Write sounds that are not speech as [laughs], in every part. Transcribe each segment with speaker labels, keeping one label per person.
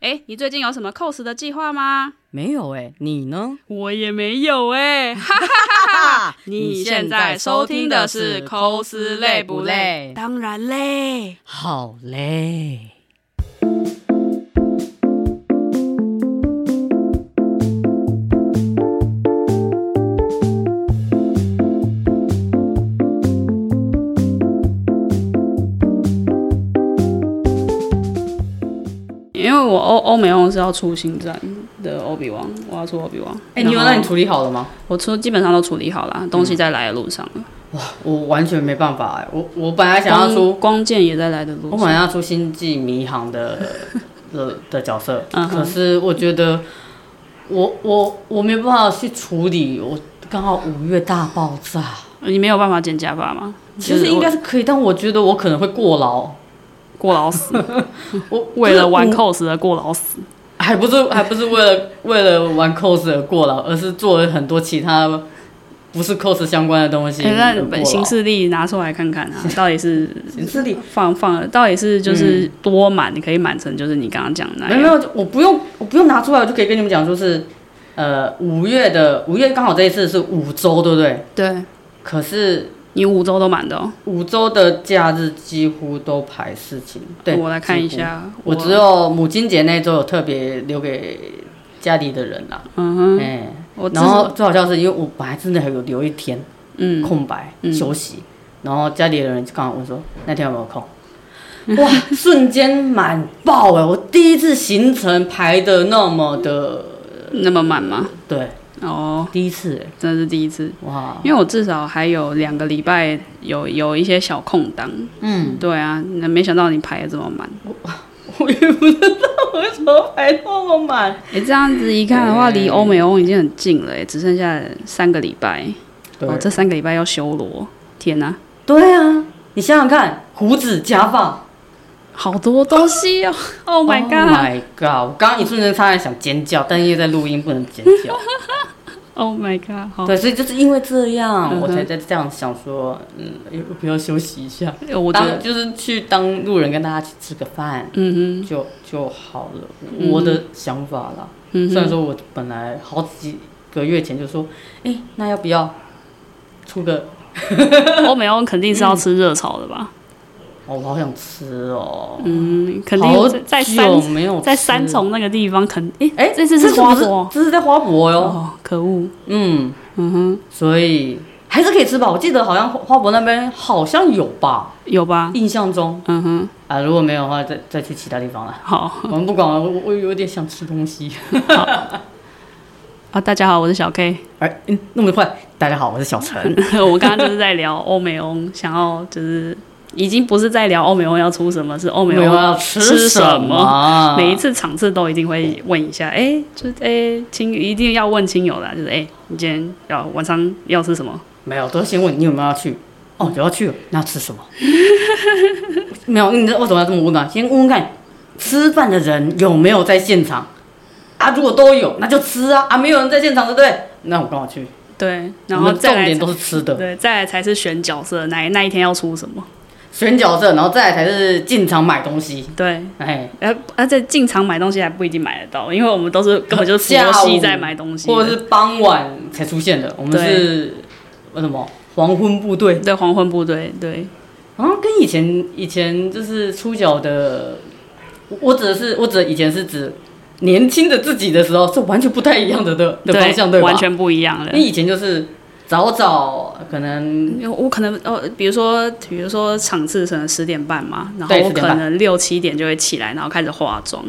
Speaker 1: 哎，你最近有什么 cos 的计划吗？
Speaker 2: 没有哎、你呢？
Speaker 1: 我也没有哎、 [laughs] 你现在收听的是《抠丝累不累》？当然累。
Speaker 2: 好累。
Speaker 1: 因为我欧欧美欧是要出新站的欧比王，我要出欧比王。
Speaker 2: 哎、你有
Speaker 1: 然后
Speaker 2: 那你处理好了吗？
Speaker 1: 我出基本上都处理好了，东西在来的路上了。
Speaker 2: 我完全没办法哎、我我本来想要
Speaker 1: 光
Speaker 2: 出，
Speaker 1: 光剑也在来的路
Speaker 2: 我
Speaker 1: 上。
Speaker 2: 本来要出星际迷航 [laughs] 的的的角色，
Speaker 1: 嗯哼
Speaker 2: 可是我觉得我我我没办法去处理，我刚好五月大爆炸，
Speaker 1: 你没有办法剪假发吗？
Speaker 2: 其实应该
Speaker 1: 就是
Speaker 2: 可以，但我觉得我可能会过劳，
Speaker 1: 我过劳死，
Speaker 2: 我
Speaker 1: [laughs] 为了玩
Speaker 2: 就是
Speaker 1: cos 而过劳死。
Speaker 2: 我还不是还不是为了 [laughs] 为了玩 cos 而过劳，而是做了很多其他不是 cos 相关的东西
Speaker 1: 哎、
Speaker 2: 而
Speaker 1: 那
Speaker 2: 过劳。
Speaker 1: 本新势力拿出来看看 [laughs] 啊，到底是
Speaker 2: 形式力
Speaker 1: 放放，到底是就是多满，你可以满成就是你刚刚讲的那
Speaker 2: 嗯没有
Speaker 1: 样。
Speaker 2: 没有，我不用我不用拿出来，我就可以跟你们讲，就是呃五月的五月刚好这一次是五周，对不对？
Speaker 1: 对
Speaker 2: 可是
Speaker 1: 你五周都满的哦。
Speaker 2: 五周的假日几乎都排事情，对，
Speaker 1: 我来看一
Speaker 2: 几乎。
Speaker 1: 下，
Speaker 2: 我只有母亲节那一周有特别留给家里的人啦，
Speaker 1: 嗯哼，
Speaker 2: 哎、
Speaker 1: 我
Speaker 2: 然后最好笑是因为我本来真的还有留一天。
Speaker 1: 嗯，
Speaker 2: 空白、
Speaker 1: 嗯
Speaker 2: 休息，然后家里的人就刚好问说那天有没有空，
Speaker 1: [laughs]
Speaker 2: 哇，瞬间满爆哎、我第一次行程排的那么的，
Speaker 1: 那么满吗？
Speaker 2: 对，
Speaker 1: 哦，
Speaker 2: 第一次、哎
Speaker 1: 真的是第一次， [laughs]
Speaker 2: 哇，
Speaker 1: 因为我至少还有两个礼拜有有一些小空档。
Speaker 2: 嗯，
Speaker 1: 对啊，那没想到你排的这么满。
Speaker 2: 我也不知道为什么排那么满，
Speaker 1: 哎、这样子一看的话，
Speaker 2: 对
Speaker 1: 离欧美欧已经很近了、哎，只剩下三个礼拜。
Speaker 2: 对、
Speaker 1: 哦，这三个礼拜要修罗，天哪、
Speaker 2: 对啊，你想想看，胡子假发
Speaker 1: 好多东西哦！Oh my god！
Speaker 2: my god，我刚刚一瞬间差点想尖叫，但因为在录音不能尖
Speaker 1: [laughs]
Speaker 2: 叫。
Speaker 1: Oh my god！好，
Speaker 2: 对，所以就是因为这样，
Speaker 1: 嗯哼
Speaker 2: 我才在这样想说，嗯，要不要休息一下？
Speaker 1: 呃我觉
Speaker 2: 当
Speaker 1: 得，
Speaker 2: 就是去当路人跟大家去吃个饭
Speaker 1: 嗯哼，
Speaker 2: 就就好了，
Speaker 1: 嗯
Speaker 2: 我的想法啦。
Speaker 1: 嗯
Speaker 2: 虽然
Speaker 1: 哼，
Speaker 2: 说我本来好几个月前就说，哎、那要不要出个？
Speaker 1: 欧美欧肯定是要吃热炒的吧？
Speaker 2: 哦，我好想吃哦，
Speaker 1: 嗯，肯
Speaker 2: 好
Speaker 1: 定
Speaker 2: 久
Speaker 1: 在在三
Speaker 2: 没有
Speaker 1: 在
Speaker 2: 吃
Speaker 1: 三。重那个地方肯，诶
Speaker 2: 哎、
Speaker 1: 这次是
Speaker 2: 不
Speaker 1: 花博
Speaker 2: 这是在花博哟、
Speaker 1: 哦，可恶，
Speaker 2: 嗯，
Speaker 1: 嗯哼，
Speaker 2: 所以还是可以吃吧。我记得好像花花博那边好像有吧，
Speaker 1: 有吧？
Speaker 2: 印象中
Speaker 1: 嗯哼，
Speaker 2: 啊，如果没有的话，再再去其他地
Speaker 1: [laughs]
Speaker 2: 方啦。
Speaker 1: 好
Speaker 2: 我们不管了，我我有点想吃东西。
Speaker 1: 啊，大家好，我是小 K， [laughs]
Speaker 2: 哎，嗯，那么快，大家好，我是小陈。
Speaker 1: 我刚刚就是在聊欧美欧，想要就是已经不是在聊欧美欧要出什么，是欧
Speaker 2: 我
Speaker 1: 美
Speaker 2: 们
Speaker 1: 欧。
Speaker 2: 要
Speaker 1: 吃什
Speaker 2: 什么？
Speaker 1: 每一次场次都一定会问一下，哎、就是哎、亲，一定要问亲友啦，就是哎、你今天要晚上要吃什么？
Speaker 2: 没有，都先问你有没有要去。哦，有要去了，那要吃什么？ [laughs] 没有，你知道为什么要这么问啊？先问问看，吃饭的人有没有在现场啊？如果都有，那就吃啊啊！没有人在现场，对不对？那我干嘛去？
Speaker 1: 对，然
Speaker 2: 我
Speaker 1: 后
Speaker 2: 们
Speaker 1: 再
Speaker 2: 重
Speaker 1: 来
Speaker 2: 点都是吃的，
Speaker 1: 对，再来才是选角色，哪那一天要出什么？
Speaker 2: 选角色，然后再来才是进场买东西。
Speaker 1: 对，
Speaker 2: 哎，
Speaker 1: 而而且呃啊进场买东西还不一定买得到，因为我们都是根本就是
Speaker 2: 下
Speaker 1: 佛系
Speaker 2: 午
Speaker 1: 在买东西的，
Speaker 2: [laughs] 或者是傍晚才出现的，我们
Speaker 1: 对
Speaker 2: 是呃什么黄昏部队？
Speaker 1: 对黄昏部队，对，
Speaker 2: 好像跟以前以前就是出脚的，我我指的是我指的以前是指年轻的自己的时候是完全不太一样的的的方向，对吧？
Speaker 1: 完。全不一样的
Speaker 2: 你。以前就是早早可能
Speaker 1: 我可能呃，比如说，比如说场次可能十点半嘛，然后
Speaker 2: 对
Speaker 1: 我
Speaker 2: 10点
Speaker 1: 可
Speaker 2: 半
Speaker 1: 能六七点就会起来，然后开始化妆。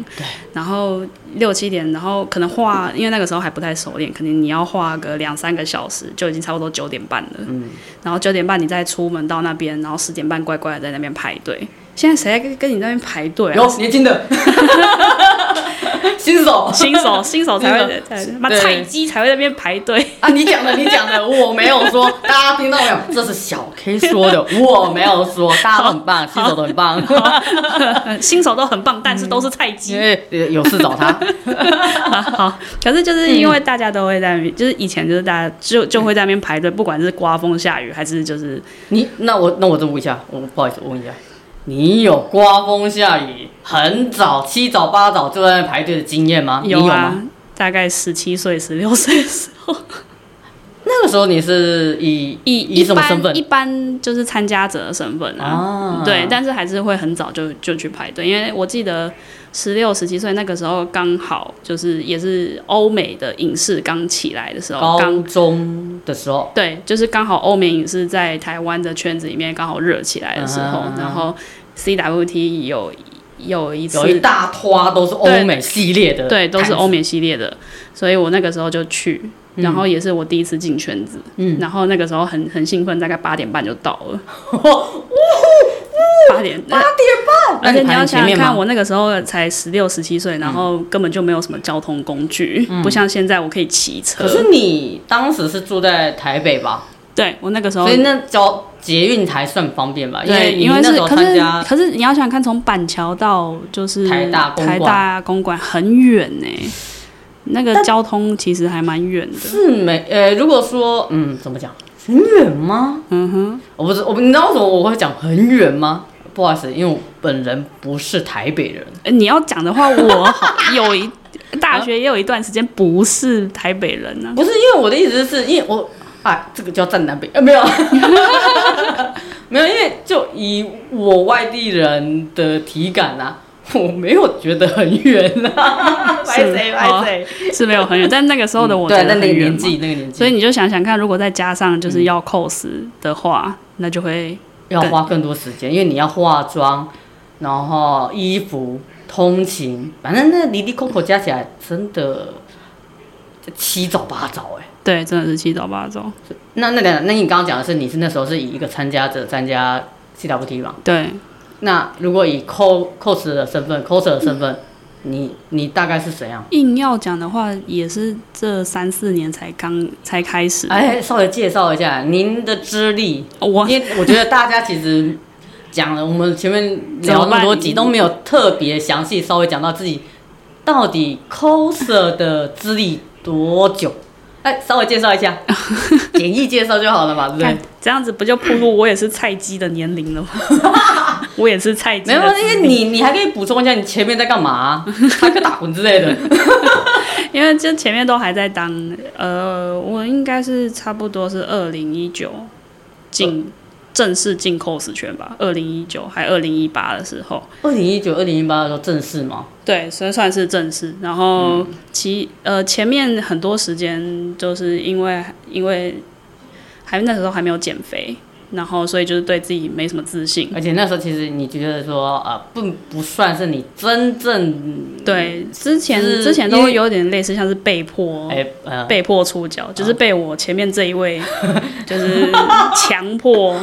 Speaker 1: 然后六七点，然后可能化，因为那个时候还不太熟练，可能你要化个两三个小时，就已经差不多九点半了。嗯。然后九点半你再出门到那边，然后十点半乖乖的在那边排队。现在谁还跟跟你那边排队啊
Speaker 2: 有？年轻的新手
Speaker 1: 哦新 [laughs] 手新手才会在，妈
Speaker 2: 对
Speaker 1: 菜鸡才会在那边排
Speaker 2: [laughs]
Speaker 1: 队。
Speaker 2: 啊，你讲的你讲的，我没有说，大家听到没有？这是小 K 说的，我没有说，大家都很棒，新手都
Speaker 1: [laughs]
Speaker 2: 很棒，
Speaker 1: 新手都很棒，但是都是菜鸡
Speaker 2: 因。为呃有事找他。嗯
Speaker 1: [laughs] 好，可是就是因为大家都会在那边，就是以前就是大家就就会在那边排队，不管是刮风下雨还是就是
Speaker 2: 你那我那我再问一下，我不好意思我问一下，你有刮风下雨很早七早八早就在那排队的经验吗？你有吗？
Speaker 1: 啊，大概十七岁、十六岁的时候，
Speaker 2: 那个时候你是以
Speaker 1: [laughs] 以
Speaker 2: 以什么身份
Speaker 1: 一般一般就是参加者的身份啊。
Speaker 2: 啊？
Speaker 1: 对，但是还是会很早就就去排队，因为我记得十六、十七岁那个时候刚好就是也是欧美的影视刚起来的时候，刚
Speaker 2: 高中的时候，
Speaker 1: 对，就是刚好欧美影视在台湾的圈子里面刚好热起来的时候，
Speaker 2: 嗯
Speaker 1: 然后 CWT 有有一次
Speaker 2: 有一大拖都是欧美系列的，
Speaker 1: 对都是欧，美系列的，所以我那个时候就去，
Speaker 2: 嗯
Speaker 1: 然后也是我第一次进圈子，嗯，然后那个时候很很兴奋，大概八点半就到
Speaker 2: [gasps]
Speaker 1: 了，八点八
Speaker 2: 那
Speaker 1: 而且
Speaker 2: 你
Speaker 1: 你
Speaker 2: 排
Speaker 1: 要想
Speaker 2: 很前
Speaker 1: 想
Speaker 2: 面
Speaker 1: 看，
Speaker 2: 吗？嗯
Speaker 1: 我那个时候才十六、十七岁，然后根本就没有什么交通工具，不像现在我可以骑车
Speaker 2: 可。是你当时是住在台北吧？
Speaker 1: 对我那个时候
Speaker 2: 所，以那交捷运还算方便啊吧？因
Speaker 1: 对，
Speaker 2: 你
Speaker 1: 因为
Speaker 2: 那
Speaker 1: 是
Speaker 2: 时候
Speaker 1: 可
Speaker 2: 参
Speaker 1: 是
Speaker 2: 加
Speaker 1: 可是你要想想看，从板桥到就是
Speaker 2: 台大公馆
Speaker 1: 台大公馆很远呢、那个交通其实还蛮远的。
Speaker 2: 是没呃，如果说嗯，怎么讲很远吗？
Speaker 1: 嗯哼，
Speaker 2: 我不知我不你知道为什么我会讲很远吗？不好意思，因为我本人不是台北人，
Speaker 1: 呃你要讲的话，我
Speaker 2: [laughs]
Speaker 1: 好有一大学也有一段时间不是台北人啊呢、
Speaker 2: 不是因为我的意思是因为我啊，这个叫站南北呃没有， [laughs] 没有，因为就以我外地人的体感啊，我没有觉得很远
Speaker 1: [laughs]
Speaker 2: 啊，
Speaker 1: 是好
Speaker 2: 谁？
Speaker 1: 是没有很远，但那个时候的我觉
Speaker 2: 嗯对，
Speaker 1: 得很
Speaker 2: 那那个
Speaker 1: 远
Speaker 2: 年
Speaker 1: 嘛。
Speaker 2: 纪，那个嗯年纪，
Speaker 1: 所以你就想想看，如果再加上就是要扣死的话，那就会
Speaker 2: 要花更多时间，因为你要化妆，然后衣服、通勤，反正那离离扣扣加起来真的七早八早哎、
Speaker 1: 对，真的是七早八早。
Speaker 2: 那那个，那你刚刚讲的是你是那时候是以一个参加者参加 CWT 嘛？
Speaker 1: 对，
Speaker 2: 那如果以 co coach 的身份，coach 的身份，你你大概是怎样？
Speaker 1: 硬要讲的话，也是这三四年才刚才开始。
Speaker 2: 哎，稍微介绍一下您的资历，
Speaker 1: 我
Speaker 2: [laughs] 因为我觉得大家其实讲了，我们前面聊那么多集
Speaker 1: 怎么办
Speaker 2: 都没有特别详细，稍微讲到自己到底 coser 的资历多久。哎，稍微介绍一下，简易介绍就好了嘛，对
Speaker 1: [laughs]
Speaker 2: 不
Speaker 1: 看
Speaker 2: 对？
Speaker 1: 这样子不就暴露我也是菜鸡的年龄了 [laughs] 吗？我也是菜鸡
Speaker 2: 没有，
Speaker 1: 的，
Speaker 2: 因为你你还可以补充一下你前面在干嘛、拍个打滚之类的。
Speaker 1: 因为就前面都还在当，呃，我应该是差不多是二零一九进正式进 cos 圈吧，二零一九还二零一八的时候。
Speaker 2: 二零一九、二零一八的时候正式嘛，
Speaker 1: 对，所以算是正式。然后其、呃前面很多时间就是因为因为还那时候还没有减肥，然后所以就是对自己没什么自信。
Speaker 2: 而且那时候其实你觉得说，呃，不不算是你真正
Speaker 1: 对，之前
Speaker 2: 是
Speaker 1: 之前
Speaker 2: 因
Speaker 1: 都
Speaker 2: 为
Speaker 1: 有点类似像是被迫。
Speaker 2: 哎、呃
Speaker 1: 被迫出脚，就是被我前面这一
Speaker 2: [laughs]
Speaker 1: 位，就是强迫，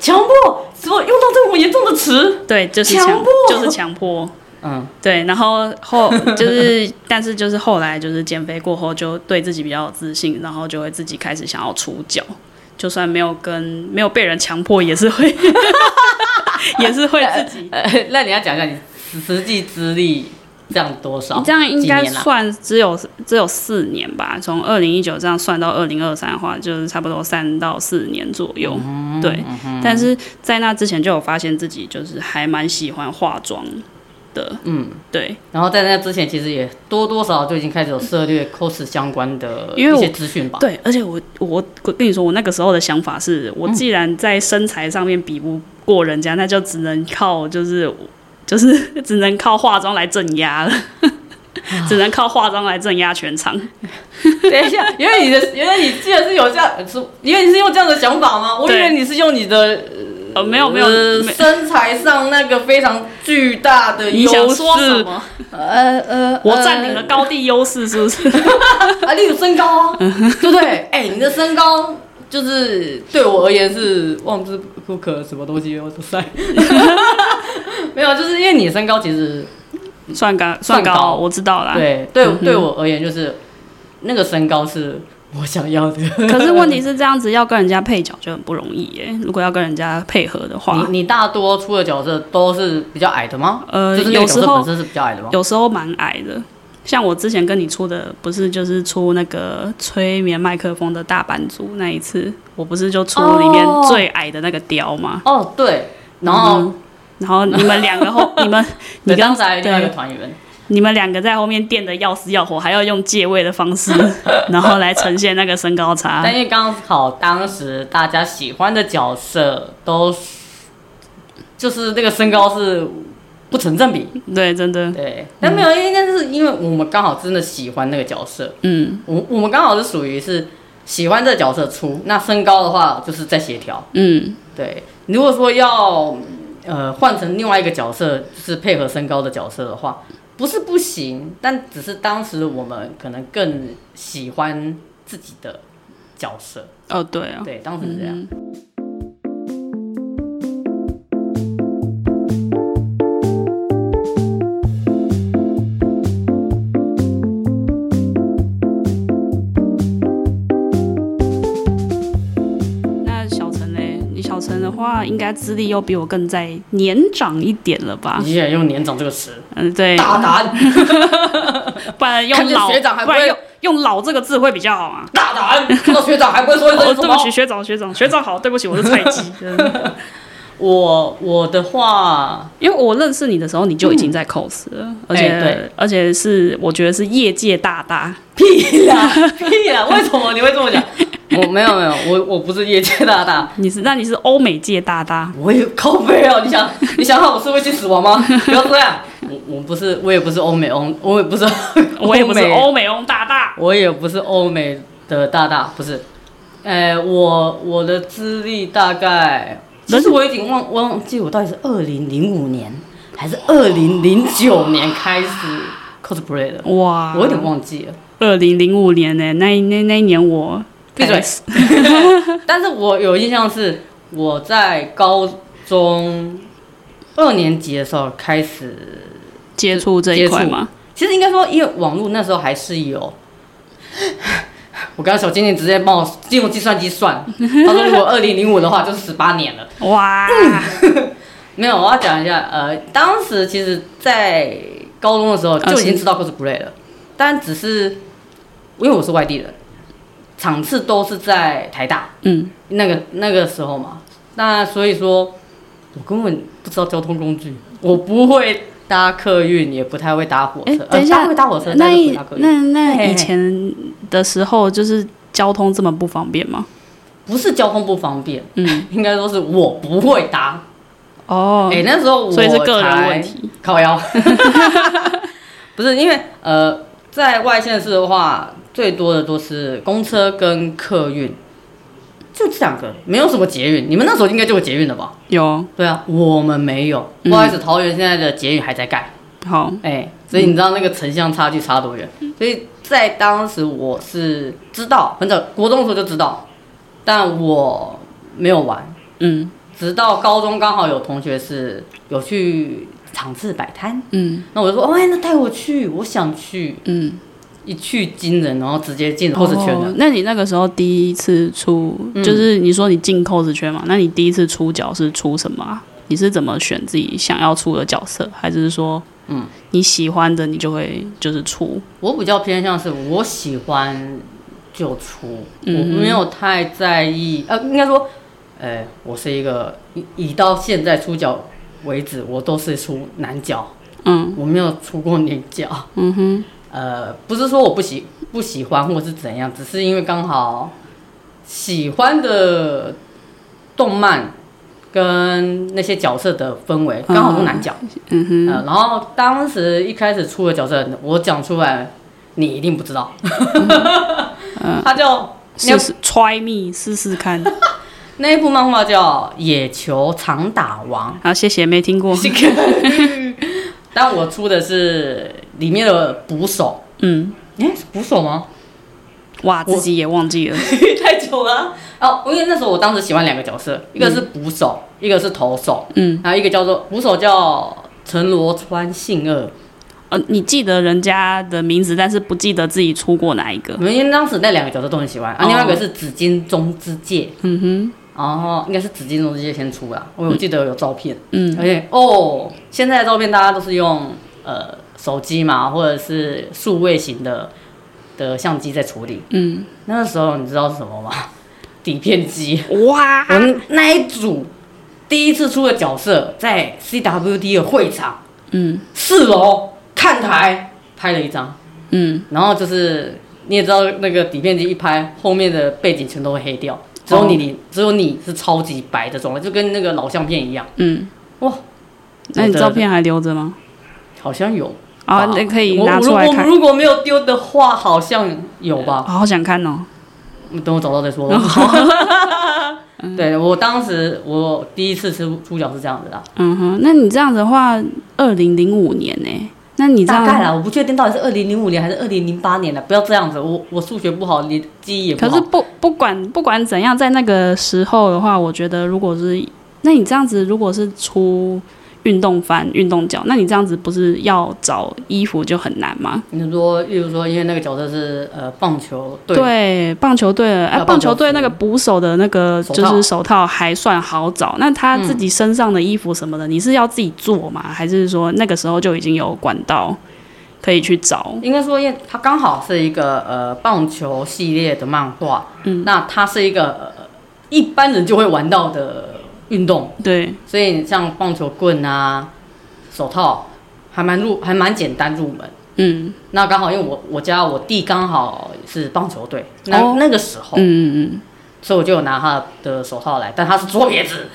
Speaker 2: 强迫，怎么用到这么严重的词？
Speaker 1: 对，就是
Speaker 2: 强
Speaker 1: 强
Speaker 2: 迫，
Speaker 1: 就是强迫，
Speaker 2: 嗯，
Speaker 1: 对。然后
Speaker 2: [laughs]
Speaker 1: 后就是，但是就是后来就是减肥过后，就对自己比较有自信，然后就会自己开始想要出脚，就算没有跟没有被人强迫，也是会， [laughs] 也是会自己。
Speaker 2: [laughs] 呃，那你要讲一下你实实际资历这样多少？
Speaker 1: 你这样应该
Speaker 2: 几年啦啊
Speaker 1: 算只有只有四年吧，从二零一九这样算到二零二三的话，就是差不多三到四年左右。
Speaker 2: 嗯
Speaker 1: 对，但是在那之前就有发现自己就是还蛮喜欢化妆的。嗯，对，
Speaker 2: 然后在那之前，其实也多多少少就已经开始有涉略 cos 相关的
Speaker 1: 因为
Speaker 2: 一
Speaker 1: 我
Speaker 2: 些资讯
Speaker 1: [laughs]
Speaker 2: 吧。
Speaker 1: 对，而且我我我跟你说，我那个时候的想法是，我既然在身材上面比不过人家，那就只能靠就是就是 [laughs] 只能靠化妆来镇压了，
Speaker 2: 啊
Speaker 1: [laughs] 只能靠化妆来镇压全场。
Speaker 2: [laughs] 等一下，原来你的原来你既然是有这样，是因为你是用这样的想法吗？我以为
Speaker 1: 对
Speaker 2: 你是用你的
Speaker 1: 呃，没有没有，
Speaker 2: 呃
Speaker 1: 没
Speaker 2: 身材上那个非常巨大的
Speaker 1: 你
Speaker 2: 呃优
Speaker 1: 想
Speaker 2: 势。
Speaker 1: 说什么？
Speaker 2: 呃呃，
Speaker 1: 我占领了高地优势，是不是？
Speaker 2: [laughs] 啊，例如身高啊，对不对？哎、你的身高就是对我而言是望之不可，什么东西我都塞。 [laughs] 没有，就是因为你的身高其实
Speaker 1: 呃算 [laughs] 高，
Speaker 2: 算
Speaker 1: 算
Speaker 2: 高
Speaker 1: 高，我知道啦。嗯
Speaker 2: 对对、对我而言就是那个身高是我想要的。
Speaker 1: [laughs] 可
Speaker 2: [laughs]
Speaker 1: 是问题是这样子，要跟人家配角就很不容易耶。如果要跟人家配合的话，
Speaker 2: 你你大多出的角色都是比较矮的吗？
Speaker 1: 呃
Speaker 2: 就是那
Speaker 1: 有
Speaker 2: 个角色
Speaker 1: 时候
Speaker 2: 本身是比较矮的吗？
Speaker 1: 有时候蛮矮的。像我之前跟你出的，不是就是出那个催眠麦克风的大版主那一次，我不是就出里面
Speaker 2: 哦
Speaker 1: 最矮的那个雕吗？
Speaker 2: 哦，对，然后、
Speaker 1: 嗯然后你们两个 [laughs] 后，你们你
Speaker 2: 你
Speaker 1: 跟
Speaker 2: 刚才另外一个团员，
Speaker 1: 你们两个在后面垫的要死要活，还要用借位的方 [laughs] 式，然后来呈现那个身高差
Speaker 2: 但。因为刚好当时大家喜欢的角色都是就是那个身高是不成正比，
Speaker 1: 对，真的，
Speaker 2: 对，但没有，应该是因为我们刚好真的喜欢那个角色，
Speaker 1: 嗯
Speaker 2: 我我们刚好是属于是喜欢这个角色出，那身高的话就是在协调。
Speaker 1: 嗯，
Speaker 2: 对，如果说要呃换成另外一个角色，就是配合身高的角色的话，不是不行，但只是当时我们可能更喜欢自己的角色。
Speaker 1: 哦，对啊，
Speaker 2: 对，当时是这样。
Speaker 1: 那小陈嘞，你小陈的话，应该资历又比我更再年长一点了吧
Speaker 2: 你？竟然用“年长”这个词，
Speaker 1: 嗯，对，
Speaker 2: 啊 [laughs] 大胆，
Speaker 1: 不然用
Speaker 2: 看见
Speaker 1: 老，
Speaker 2: 学长还
Speaker 1: 不
Speaker 2: 不会
Speaker 1: 然用用老这个字会比较好啊。
Speaker 2: 大胆！看到学长哦还不会说一
Speaker 1: 哦，
Speaker 2: 声什
Speaker 1: 对不
Speaker 2: 么
Speaker 1: 起，？学长，学长，学长好，对不起，我是菜
Speaker 2: [laughs]
Speaker 1: 鸡。真的
Speaker 2: 我我的话，
Speaker 1: 因为我认识你的时候，你就已经在 cos 了，而且、
Speaker 2: 嗯哎对
Speaker 1: 而且是我觉得是业界大大，
Speaker 2: [laughs] 屁啦 [laughs] 屁啦！为什么你会这么讲？ [laughs] 我没有没有，我我不是业界大大，
Speaker 1: 你是那你是欧美界大大，
Speaker 2: [laughs] 我也靠背哦。你想你想好我是会去死亡吗？不要这样，我我不是，我也不是欧美欧，我也不是
Speaker 1: 我也不是
Speaker 2: 美
Speaker 1: 欧美翁大大。
Speaker 2: 我也不是欧美的大大，不是。呃，我我的资历大概，其实我已经忘忘记我到底是二零零五年还是二零零九年开始 cosplay 的，
Speaker 1: 哇，
Speaker 2: 我有点忘记了。
Speaker 1: 二零零五年呢、那那那一年我
Speaker 2: 闭嘴！但是我有印象是我在高中二年级的时候开始，
Speaker 1: 接触这一块嘛，
Speaker 2: 其实应该说，因为网络那时候还是有。 [laughs] 我刚刚小精灵直接帮我进入计算机算，他说如果二零零五的话就是十八年了。
Speaker 1: 哇，
Speaker 2: 没有，我要讲一下，呃，当时其实，在高中的时候
Speaker 1: 啊
Speaker 2: 就已经知道 cosplay 了，但只是因为我是外地人，场次都是在台大，
Speaker 1: 嗯，
Speaker 2: 那个那个时候嘛，那所以说，我根本不知道交通工具，我不会搭客运，也不太会搭火
Speaker 1: 哎
Speaker 2: 车，
Speaker 1: 等一下
Speaker 2: 呃、搭会搭火车，
Speaker 1: 那
Speaker 2: 但是不
Speaker 1: 一
Speaker 2: 会搭客运，
Speaker 1: 那那
Speaker 2: 嘿嘿
Speaker 1: 以前的时候就是交通这么不方便吗？
Speaker 2: 不是交通不方便， [laughs]
Speaker 1: 嗯，
Speaker 2: 应该说是我不会搭。哎、
Speaker 1: 哦，
Speaker 2: 那时候我
Speaker 1: 所以是个人问
Speaker 2: 才
Speaker 1: 题，
Speaker 2: 靠腰， [laughs] 不是因为呃，在外县市的话，最多的都是公车跟客运，就这两个，没有什么捷运。你们那时候应该就有捷运了吧？
Speaker 1: 有
Speaker 2: 对啊，我们没有，
Speaker 1: 嗯
Speaker 2: 不好意思，桃园现在的捷运还在盖，
Speaker 1: 好，
Speaker 2: 哎、所以你知道那个城乡差距差多远？
Speaker 1: 嗯
Speaker 2: 所以在当时我是知道，很早国中的时候就知道，但我没有玩，
Speaker 1: 嗯
Speaker 2: 直到高中刚好有同学是有去场次摆摊，
Speaker 1: 嗯
Speaker 2: 那我就说，哎，那带我去，我想去，
Speaker 1: 嗯，
Speaker 2: 一去惊人，然后直接进 cos 圈嗯了。
Speaker 1: 哦那你那个时候第一次出，就是你说你进 cos 圈嘛？那你第一次出角是出什么啊？你是怎么选自己想要出的角色，还是说，嗯，你喜欢的你就会就是出？
Speaker 2: 我比较偏向是我喜欢就出，
Speaker 1: 嗯
Speaker 2: 我没有太在意，呃，应该说，呃，我是一个以以到现在出脚为止，我都是出男角，
Speaker 1: 嗯
Speaker 2: 我没有出过女角。
Speaker 1: 嗯哼，
Speaker 2: 呃，不是说我不喜不喜欢或是怎样，只是因为刚好喜欢的动漫跟那些角色的氛围刚好都难讲。
Speaker 1: 嗯哼，
Speaker 2: 呃然后当时一开始出的角色，我讲出来你一定不知道，
Speaker 1: 嗯
Speaker 2: [laughs] 他叫
Speaker 1: 试试 try me 试试
Speaker 2: [laughs]
Speaker 1: 看。
Speaker 2: 那一部漫画叫《野球长打王
Speaker 1: 好，谢谢，没听过。》，
Speaker 2: 但我出的是里面的捕手，
Speaker 1: 嗯，
Speaker 2: 哎，是捕手吗？
Speaker 1: 哇，
Speaker 2: 我
Speaker 1: 自己也忘记了。
Speaker 2: [laughs] 太久了啊。哦，因为那时候我当时喜欢两个角色，一个是捕手，一个是投手，
Speaker 1: 嗯，
Speaker 2: 然后一个叫做捕手叫陈罗川信二。
Speaker 1: 呃，你记得人家的名字，但是不记得自己出过哪一个。
Speaker 2: 因为当时那两个角色都很喜欢，
Speaker 1: 哦
Speaker 2: 啊，另外一个是紫金中之介，
Speaker 1: 嗯哼，
Speaker 2: 然后应该是紫金中之介先出啦，我有记得有照片，
Speaker 1: 嗯
Speaker 2: 而且哦，现在的照片大家都是用呃手机嘛，或者是数位型的的相机在处理。
Speaker 1: 嗯，啊
Speaker 2: [laughs] 那个时候你知道是什么吗？底片机。
Speaker 1: 哇，
Speaker 2: 我那一组第一次出的角色在 CWD 的会场，嗯，四楼看台拍了一张，嗯，然后就是你也知道那个底片机一拍，后面的背景全都会黑掉，只有你、只有你是超级白的状态，就跟那个老相片一样，
Speaker 1: 嗯，
Speaker 2: 哇，
Speaker 1: 那你
Speaker 2: 我的
Speaker 1: 照片还留着吗？
Speaker 2: 好像有
Speaker 1: 啊，
Speaker 2: 吧
Speaker 1: 那可以
Speaker 2: 我
Speaker 1: 拿出来
Speaker 2: 我如
Speaker 1: 看。
Speaker 2: 果如果没有丢的话，好像有吧。
Speaker 1: 好想看哦。
Speaker 2: 嗯等我找到再说。 [laughs] 对我当时我第一次吃猪脚是这样子的，
Speaker 1: 嗯哼，那你这样子的话，二零零五年呢、那你这
Speaker 2: 大
Speaker 1: 样，
Speaker 2: 概啦，我不确定到底是二零零五年还是二零零八年的，不要这样子，我我数学不好，你记忆也不
Speaker 1: 可是
Speaker 2: 好。
Speaker 1: 不不管不管怎样，在那个时候的话，我觉得如果是，那你这样子如果是出运动番、运动脚，那你这样子不是要找衣服就很难吗？
Speaker 2: 你说，例如说，因为那个角色是呃棒球队，
Speaker 1: 棒球队，哎、
Speaker 2: 要棒
Speaker 1: 棒
Speaker 2: 球
Speaker 1: 球队
Speaker 2: 服
Speaker 1: 那个捕手的那个
Speaker 2: 手
Speaker 1: 就
Speaker 2: 套
Speaker 1: 是手套还算好找，那他自己身上的衣服什么的，你是要自己做吗？还是说那个时候就已经有管道可以去找？
Speaker 2: 应该说，因为它刚好是一个呃棒球系列的漫画，嗯，那它是一个、呃、一般人就会玩到的运动，
Speaker 1: 对，
Speaker 2: 所以像棒球棍啊、手套，还蛮入还蛮简单入门。
Speaker 1: 嗯
Speaker 2: 那刚好，因为我我家我弟刚好是棒球队，那、
Speaker 1: 哦
Speaker 2: 那个时候，
Speaker 1: 嗯嗯
Speaker 2: 所以我就有拿他的手套来，但他是左
Speaker 1: [laughs]
Speaker 2: 撇子，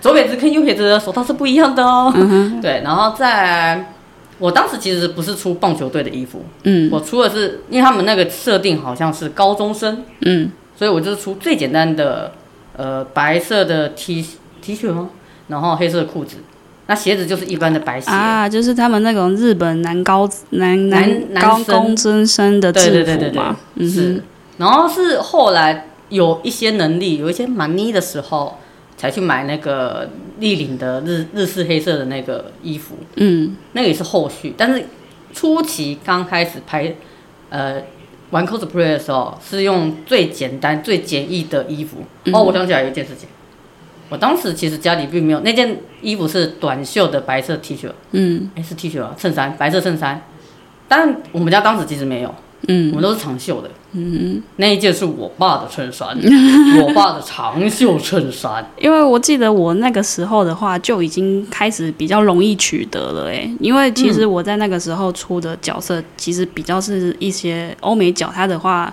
Speaker 2: 左撇子跟右撇子的手套是不一样的哦。
Speaker 1: 嗯
Speaker 2: 对，然后在我当时其实不是出棒球队的衣服，
Speaker 1: 嗯
Speaker 2: 我出的是因为他们那个设定好像是高中生，
Speaker 1: 嗯嗯，
Speaker 2: 所以我就是出最简单的呃白色的 T T 恤吗？然后黑色的裤子，那鞋子就是一般的白鞋。
Speaker 1: 啊，就是他们那种日本男高男
Speaker 2: 男男
Speaker 1: 高
Speaker 2: 生
Speaker 1: 中真生的
Speaker 2: 对
Speaker 1: 制
Speaker 2: 对对对
Speaker 1: 服
Speaker 2: 对
Speaker 1: 嘛，嗯哼
Speaker 2: 是，然后是后来有一些能力，有一些 money 的时候，才去买那个立领的日日式黑色的那个衣服，
Speaker 1: 嗯
Speaker 2: 那个也是后续。但是初期刚开始拍，呃，玩 cosplay 的时候，是用最简单、最简易的衣服。
Speaker 1: 嗯
Speaker 2: 哦，我想起来有一件事情，我当时其实家里并没有那件衣服是短袖的白色 T 恤，
Speaker 1: 嗯
Speaker 2: 哎，是 T 恤啊，衬衫，白色衬衫。但我们家当时其实没有，
Speaker 1: 嗯，
Speaker 2: 我们都是长袖的。嗯，那一件是我爸的
Speaker 1: [laughs]
Speaker 2: 衬衫，我爸的长袖衬衫。
Speaker 1: 因为我记得我那个时候的话，就已经开始比较容易取得了诶，因为其实我在那个时候出的角色，其实比较是一些欧美角，他的话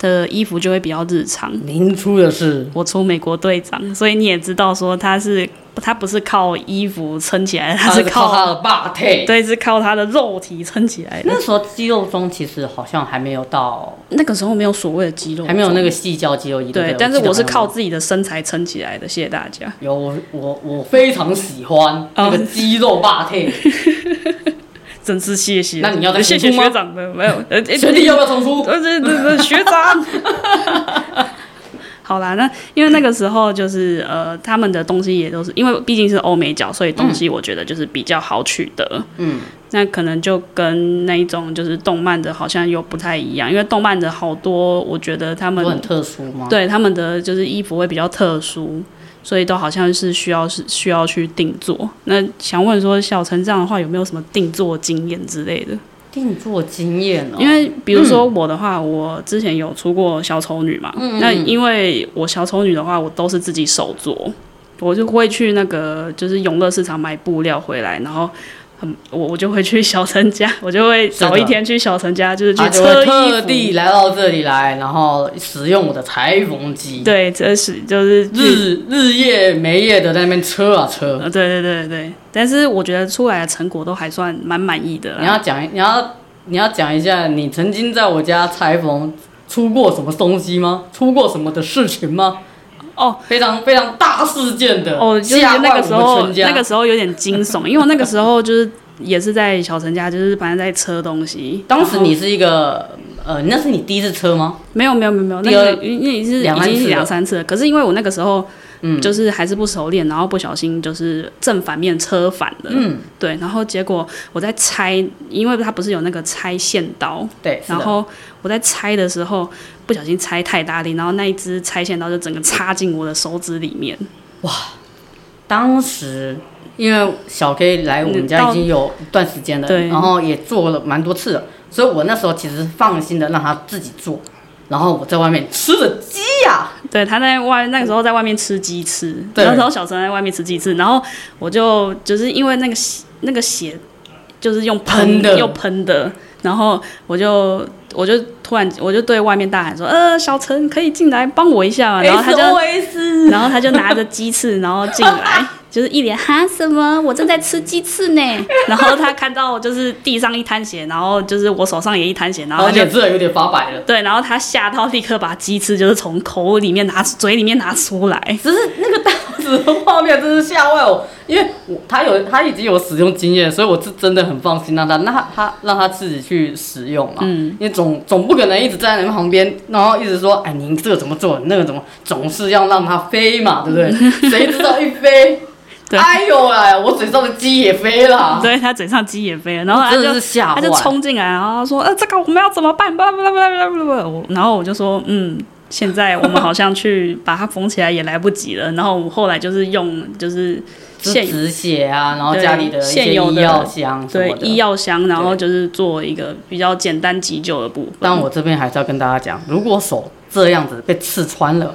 Speaker 1: 的衣服就会比较日常。
Speaker 2: 您出的是
Speaker 1: 我出美国队长，所以你也知道说他是他不是靠衣服撑起来的，他
Speaker 2: 他
Speaker 1: 是
Speaker 2: 哦呃是
Speaker 1: 靠
Speaker 2: 靠他的霸体。
Speaker 1: 对，是靠他的肉体撑起来的。
Speaker 2: 那时候肌肉中其实好像还没有到，
Speaker 1: 那个时候没有所谓的肌肉，
Speaker 2: 还没有那个细胶肌肉衣。对
Speaker 1: 对
Speaker 2: 不对，
Speaker 1: 但是
Speaker 2: 记得
Speaker 1: 我是
Speaker 2: 好像
Speaker 1: 靠自己的身材撑起来的，谢谢大家。
Speaker 2: 有我我我非常喜
Speaker 1: 嗯
Speaker 2: 欢那个肌肉
Speaker 1: [laughs]
Speaker 2: 霸体。
Speaker 1: 哎真是谢谢。
Speaker 2: 那你要再
Speaker 1: 谢
Speaker 2: 重
Speaker 1: 谢
Speaker 2: 出吗
Speaker 1: 学长的没有？呃，呃
Speaker 2: [laughs] 学弟要不要重出？
Speaker 1: 呃，这这这学长。 [laughs] 好啦，那因为那个时候就是呃，他们的东西也都是因为毕竟是欧美角，所以东
Speaker 2: 嗯
Speaker 1: 西我觉得就是比较好取得。嗯，那可能就跟那一种就是动漫的好像又不太一样，因为动漫的好多，我觉得他们
Speaker 2: 我很特殊吗？
Speaker 1: 对他们的就是衣服会比较特殊，所以都好像是需要是需要去定做。那想问说，小陈这样的话有没有什么定做经验之类的？
Speaker 2: 定做经验哦，
Speaker 1: 因为比如说我的话，我之前有出过小丑女嘛，那因为我小丑女的话，我都是自己手做，我就会去那个就是永乐市场买布料回来，然后。很我我就会去小陈家，我就会找一天去小陈家，就是去
Speaker 2: 他就
Speaker 1: 车
Speaker 2: 会
Speaker 1: 衣服
Speaker 2: 特地来到这里来，然后使用我的裁缝机，
Speaker 1: 对，这是就是
Speaker 2: 日日夜没夜的在那边车啊车。
Speaker 1: 呃，对对对对，但是我觉得出来的成果都还算蛮满意的
Speaker 2: 你
Speaker 1: 啦。
Speaker 2: 要讲，你要你要讲一下，你曾经在我家裁缝出过什么东西吗？出过什么的事情吗？
Speaker 1: 哦，
Speaker 2: 非常非常大事件的，
Speaker 1: 哦，就是
Speaker 2: 吓坏
Speaker 1: 那个时
Speaker 2: 我
Speaker 1: 候，
Speaker 2: 们全家
Speaker 1: 那个时候有点惊悚，因为我那个时候就是也是在小陈家，就是反正在车东西。
Speaker 2: 当时
Speaker 1: 然后
Speaker 2: 你是一个呃，那是你第一次车吗？
Speaker 1: 没有没有没有没有，那
Speaker 2: 第二
Speaker 1: 个因为是
Speaker 2: 两
Speaker 1: 已
Speaker 2: 三
Speaker 1: 经
Speaker 2: 次
Speaker 1: 是
Speaker 2: 了
Speaker 1: 两三次了。可是因为我那个时候，嗯，就是还是不熟练，然后不小心就是正反面车反了，嗯，对，然后结果我在拆，因为它不是有那个拆线刀，
Speaker 2: 对，是的
Speaker 1: 然后我在拆的时候不小心拆太大力，然后那一只拆线刀就整个插进我的手指里面。
Speaker 2: 当时因为小 K 来我们家已经有一段时间了，
Speaker 1: 对
Speaker 2: 然后也做了蛮多次了，所以我那时候其实是放心的让他自己做，然后我在外面吃了鸡呀、
Speaker 1: 对，他在外那个时候在外面吃鸡翅，
Speaker 2: 对
Speaker 1: 那时候小陈在外面吃鸡翅，然后我就就是因为那个血那个血就是用
Speaker 2: 喷的
Speaker 1: 又喷的，然后我就我就突然我就对外面大喊说：“呃，小陈可以进来帮我一下啊嘛。”
Speaker 2: 哎
Speaker 1: 然后他
Speaker 2: 哦
Speaker 1: 就
Speaker 2: SOS，
Speaker 1: 然后他就拿着鸡翅，然后进来，就是一脸哈什么，我正在吃鸡翅呢。然后他看到就是地上一滩血，然后就是我手上也一滩血，然
Speaker 2: 然
Speaker 1: 后
Speaker 2: 后
Speaker 1: 他就
Speaker 2: 脸色有点发
Speaker 1: [laughs]
Speaker 2: 白了。
Speaker 1: 对，然后他吓到立刻把鸡翅就是从口里面拿嘴里面拿出来。
Speaker 2: 只是那个大子的画面真是吓坏我，因为我他有他已经有使用经验，所以我是真的很放心让他，那他他让他自己去使用嘛。嗯，因为总总不可能一直站在你们旁边，然后一直说，哎，您这个怎么做，那个怎么，总是要让它飞嘛，对不
Speaker 1: [laughs]
Speaker 2: 对？谁知道一飞，
Speaker 1: 对
Speaker 2: 哎呦哎，我嘴上的鸡也飞了。
Speaker 1: 对他嘴上鸡也飞了，然后他
Speaker 2: 真的
Speaker 1: 就是
Speaker 2: 吓啊坏
Speaker 1: 他就冲进来，然后说：“呃，这个我们要怎么办？”巴拉巴拉巴拉巴拉巴拉。我然后我就说：“嗯，现在我们好像去把它缝起来也来不及了。”然后我后来就是用就是
Speaker 2: 就
Speaker 1: 现
Speaker 2: 止血啊，然后
Speaker 1: 对
Speaker 2: 家里的一些
Speaker 1: 现有
Speaker 2: 医
Speaker 1: 的
Speaker 2: 药箱什
Speaker 1: 对
Speaker 2: 么的。
Speaker 1: 医药箱，然后就是做一个比较简单急救的部分。
Speaker 2: 但我这边还是要跟大家讲，如果手这样子被刺穿了，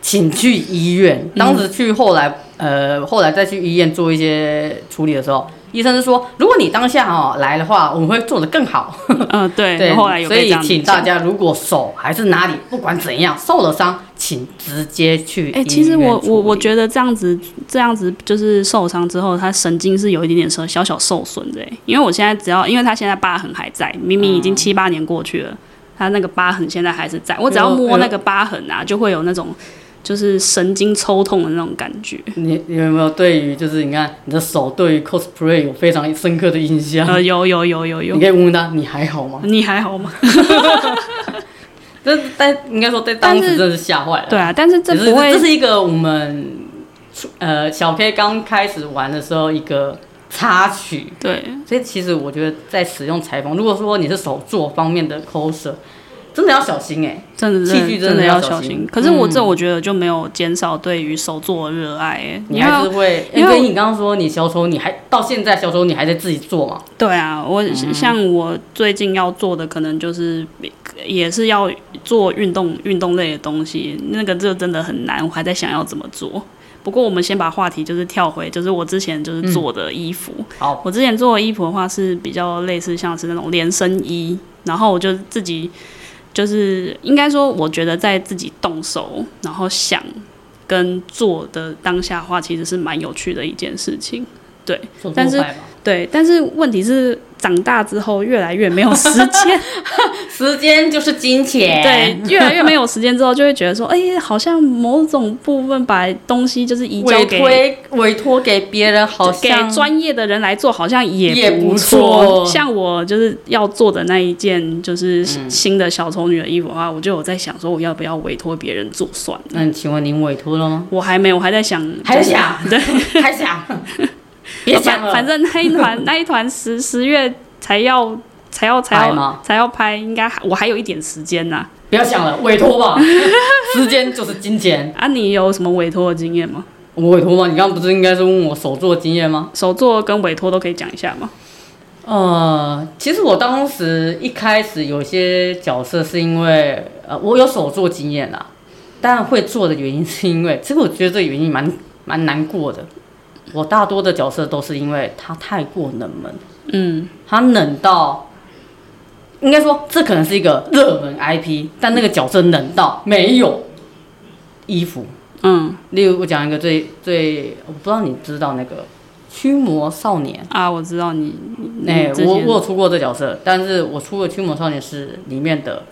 Speaker 2: 请去医院。当时去，后来呃，后来再去医院做一些处理的时候，医生是说，如果你当下哦来的话，我们会做得更好。 [laughs]
Speaker 1: 嗯， [laughs] 对，
Speaker 2: 对，
Speaker 1: 后来有
Speaker 2: 所
Speaker 1: 被这
Speaker 2: 以
Speaker 1: 样子
Speaker 2: 请大
Speaker 1: 讲。
Speaker 2: 家，如果手还是哪里不管怎样受了伤，请直接去医
Speaker 1: 哎、
Speaker 2: 院处理。
Speaker 1: 其实我我我觉得这样子这样子就是受伤之后，他神经是有一点点受小小受损的、哎因为我现在只要，因为他现在疤痕还在，明明已
Speaker 2: 嗯
Speaker 1: 经七八年过去了，他那个疤痕现在还是在，我只要
Speaker 2: 哎呦
Speaker 1: 摸那个疤痕啊，就会有那种就是神经抽痛的那种感觉。
Speaker 2: 你你有没有对于就是你看你的手对于 cosplay 有非常深刻的印象？
Speaker 1: 呃，有有有 [laughs] 有
Speaker 2: 你
Speaker 1: 有，
Speaker 2: 可以问问他，你还好吗？
Speaker 1: 你还好吗？
Speaker 2: 这但应该说在当
Speaker 1: 但
Speaker 2: 时
Speaker 1: 是
Speaker 2: 真的是吓坏了。
Speaker 1: 对啊，但是这
Speaker 2: 只是
Speaker 1: 不会
Speaker 2: 这是一个我们呃小 K 刚开始玩的时候一个插曲，
Speaker 1: 对，
Speaker 2: 所以其实我觉得在使用裁缝，如果说你是手作方面的 coser，真的要小心哎、
Speaker 1: 真的
Speaker 2: 器具真的
Speaker 1: 真的
Speaker 2: 要
Speaker 1: 要
Speaker 2: 小
Speaker 1: 小
Speaker 2: 心嗯
Speaker 1: 心。可是我这我觉得就没有减少对于手作的热爱、欸，
Speaker 2: 你
Speaker 1: 因为
Speaker 2: 还是会，
Speaker 1: 因为
Speaker 2: 因为你刚刚说你小丑，你还到现在小丑你还在自己做嘛？
Speaker 1: 对啊，我
Speaker 2: 嗯
Speaker 1: 像我最近要做的，可能就是也是要做运动运动类的东西，那个这真的很难，我还在想要怎么做。不过我们先把话题就是跳回，就是我之前
Speaker 2: 嗯
Speaker 1: 就是做的衣服。
Speaker 2: 好，
Speaker 1: 哦我之前做的衣服的话是比较类似像是那种连身衣，然后我就自己就是应该说，我觉得在自己动手然后想跟做的当下的话，其实是蛮有趣的一件事情。
Speaker 2: 手作
Speaker 1: 但是
Speaker 2: 派嘛
Speaker 1: 对，但是问题是长大之后越来越没有时间， [laughs]
Speaker 2: 时间就是金钱，
Speaker 1: 对，，越来越没有时间之后，就会觉得说，哎、好像某种部分把东西就是移交
Speaker 2: 委
Speaker 1: 给
Speaker 2: 推委托给别人好
Speaker 1: 给
Speaker 2: 像
Speaker 1: 专业的人来做，好像
Speaker 2: 也
Speaker 1: 不
Speaker 2: 不错
Speaker 1: 像我就是要做的那一件就是
Speaker 2: 嗯
Speaker 1: 新的小丑女的衣服的话，我就有在想说，我要不要委托别人做算了。
Speaker 2: 那嗯请问您委托了吗？ [laughs]
Speaker 1: 我还没有，我还在想，
Speaker 2: 还
Speaker 1: 就是
Speaker 2: 想 [laughs]
Speaker 1: 对，
Speaker 2: 还想，别想了，
Speaker 1: 反反正那一
Speaker 2: [laughs]
Speaker 1: 团那一团十十月才要才要才
Speaker 2: 拍
Speaker 1: 要
Speaker 2: 吗
Speaker 1: 才要拍，应该还我还有一点时间呐、
Speaker 2: 不要想了，委托吧， [laughs] 时间就是金钱。
Speaker 1: 啊，你有什么委托的经验吗？
Speaker 2: 我委托吗？你刚刚不是应该是问我手作经验吗？
Speaker 1: 手作跟委托都可以讲一下吗？
Speaker 2: 呃，其实我当时一开始有些角色是因为呃我有手作经验啦，但会做的原因是因为，其实我觉得这个原因蛮蛮难过的。我大多的角色都是因为它太过冷门，
Speaker 1: 嗯，
Speaker 2: 它冷到，应该说这可能是一个热门 IP，但那个角色冷到没有衣服。
Speaker 1: 嗯
Speaker 2: 例如，我讲一个最最，我不知道你知道那个驱魔少年，
Speaker 1: 啊，我知道你，你
Speaker 2: 哎、
Speaker 1: 之前
Speaker 2: 我我有出过这角色，但是我出的驱魔少年是里面的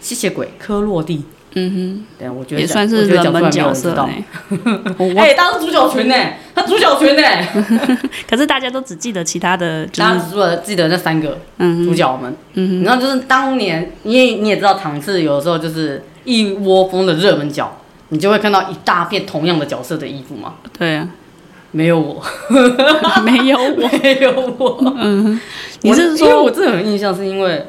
Speaker 2: 吸血鬼科洛蒂，
Speaker 1: 嗯
Speaker 2: 对，我
Speaker 1: 哼，
Speaker 2: 觉得
Speaker 1: 也
Speaker 2: 讲
Speaker 1: 算
Speaker 2: 我
Speaker 1: 是
Speaker 2: 觉得
Speaker 1: 冷
Speaker 2: 讲出来
Speaker 1: 门
Speaker 2: 没有
Speaker 1: 角色
Speaker 2: 人知道 [laughs]
Speaker 1: 呢。我我
Speaker 2: 哎、他是主角群呢、他主角群呢、
Speaker 1: 可是大家都只记得其他的，就
Speaker 2: 大
Speaker 1: 是
Speaker 2: 家只了记得那三个
Speaker 1: 嗯
Speaker 2: 主角们，嗯，然后就是当年，因为你也知道，唐氏有的时候就是一窝蜂的热门角，你就会看到一大片同样的角色的衣服嘛，
Speaker 1: 对啊， [laughs]
Speaker 2: 没有我，
Speaker 1: 没有我，
Speaker 2: [laughs] 没有我，
Speaker 1: 你是
Speaker 2: 嗯我因为
Speaker 1: 说
Speaker 2: 我真的有印象，是因为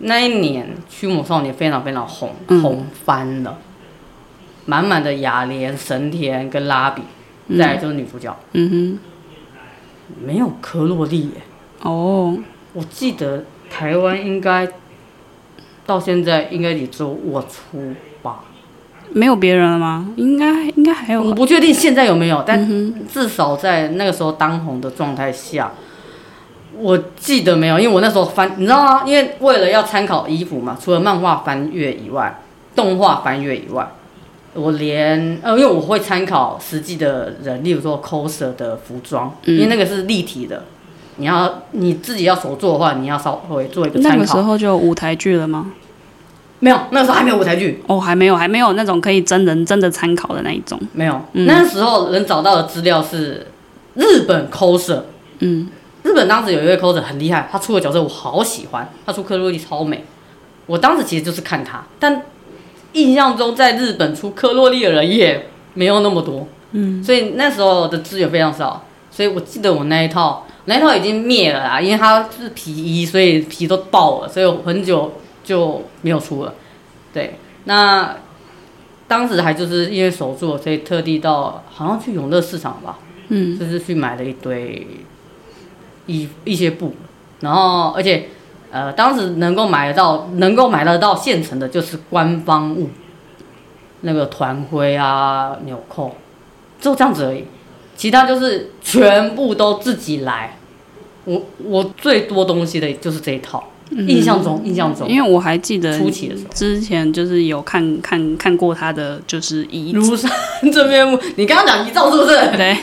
Speaker 2: 那一年《驱魔少年》非常非常红，
Speaker 1: 嗯
Speaker 2: 红翻了，满满的雅莲、神田跟拉比，再来就是女主角，
Speaker 1: 嗯
Speaker 2: 没有科洛莉耶。
Speaker 1: 哼，哦，
Speaker 2: 我记得台湾应该到现在应该也只有我出吧，
Speaker 1: 没有别人了吗？应该应该还有
Speaker 2: 我
Speaker 1: 吧。
Speaker 2: 不确定现在有没有，
Speaker 1: 嗯
Speaker 2: 但至少在那个时候当红的状态下，我记得没有，因为我那时候翻，你知道吗？因为为了要参考衣服嘛，除了漫画翻阅以外，动画翻阅以外，我连呃，因为我会参考实际的人，例如说 coser 的服装，
Speaker 1: 嗯
Speaker 2: 因为那个是立体的，你要你自己要手做的话，你要稍微做一个
Speaker 1: 那
Speaker 2: 参
Speaker 1: 个时
Speaker 2: 考。
Speaker 1: 候就有舞台剧了吗？
Speaker 2: 没有，那个时候还没有舞台剧，
Speaker 1: 哦，还没有，还没有那种可以真人真的参考的那一种。
Speaker 2: 没有，
Speaker 1: 嗯
Speaker 2: 那时候人找到的资料是日本 coser。嗯，日本当时有一位 coser 很厉害，他出的角色我好喜欢，他出克洛丽超美。我当时其实就是看他，但印象中在日本出克洛丽的人也没有那么多。嗯，所以那时候的资源非常少，所以我记得我那一套，那一套已经灭了啊啦，因为它是皮衣，所以皮都爆了，所以我很久就没有出了。对，那当时还就是因为手作，所以特地到好像去永乐市场吧，嗯，就是去买了一堆一一些布，然后而且呃，当时能够买得到能够买得到现成的，就是官方物，那个团徽啊、纽扣，就这样子而已，其他就是全部都自己来。我我最多东西的就是这一套，印象中印象中
Speaker 1: 因为我还记得
Speaker 2: 初期的时候。
Speaker 1: 之前就是有看看看过他的就是遗
Speaker 2: 庐山 [laughs] 真面目，你刚刚讲遗照是不是？
Speaker 1: 对，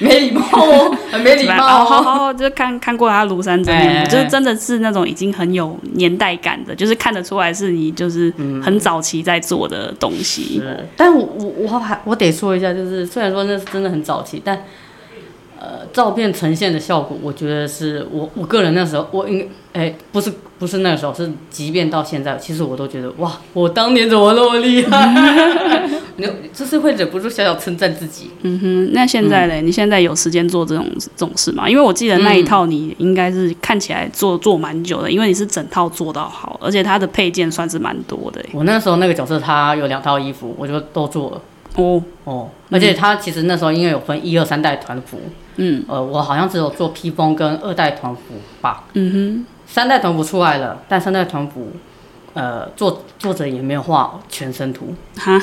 Speaker 2: 没礼貌哦， [laughs] 很
Speaker 1: [laughs]
Speaker 2: 没礼
Speaker 1: 哦，
Speaker 2: 貌
Speaker 1: 好
Speaker 2: 哦。
Speaker 1: 好好，就看看过他《庐山真面目
Speaker 2: 哎》，
Speaker 1: 就是真的是那种已经很有年代感的，就是看得出来是你就是很早期在做的东西。
Speaker 2: 嗯是 [laughs] 但我我我还我得说一下，就是虽然说那是真的很早期，但呃，照片呈现的效果，我觉得是我我个人那时候，我应该哎不是不是那个时候，是即便到现在，其实我都觉得哇，我当年怎么那么厉害？ [laughs] 你就是会忍不住小小称赞自己。
Speaker 1: 嗯哼，那现在嘞，你现在有时间做这种这种事吗？因为我记得那一
Speaker 2: 嗯
Speaker 1: 套你应该是看起来做做蛮久的，因为你是整套做到好，而且它的配件算是蛮多的欸。
Speaker 2: 我那时候那个角色他有两套衣服，我就都做了。
Speaker 1: 哦，
Speaker 2: 哦，而且他其实那时候因为有分一二三代团服，嗯，呃，我好像只有做披风跟二代团服吧，嗯哼，三代团服出来了，但三代团服，呃，作作者也没有画全身图， [laughs]
Speaker 1: 哈，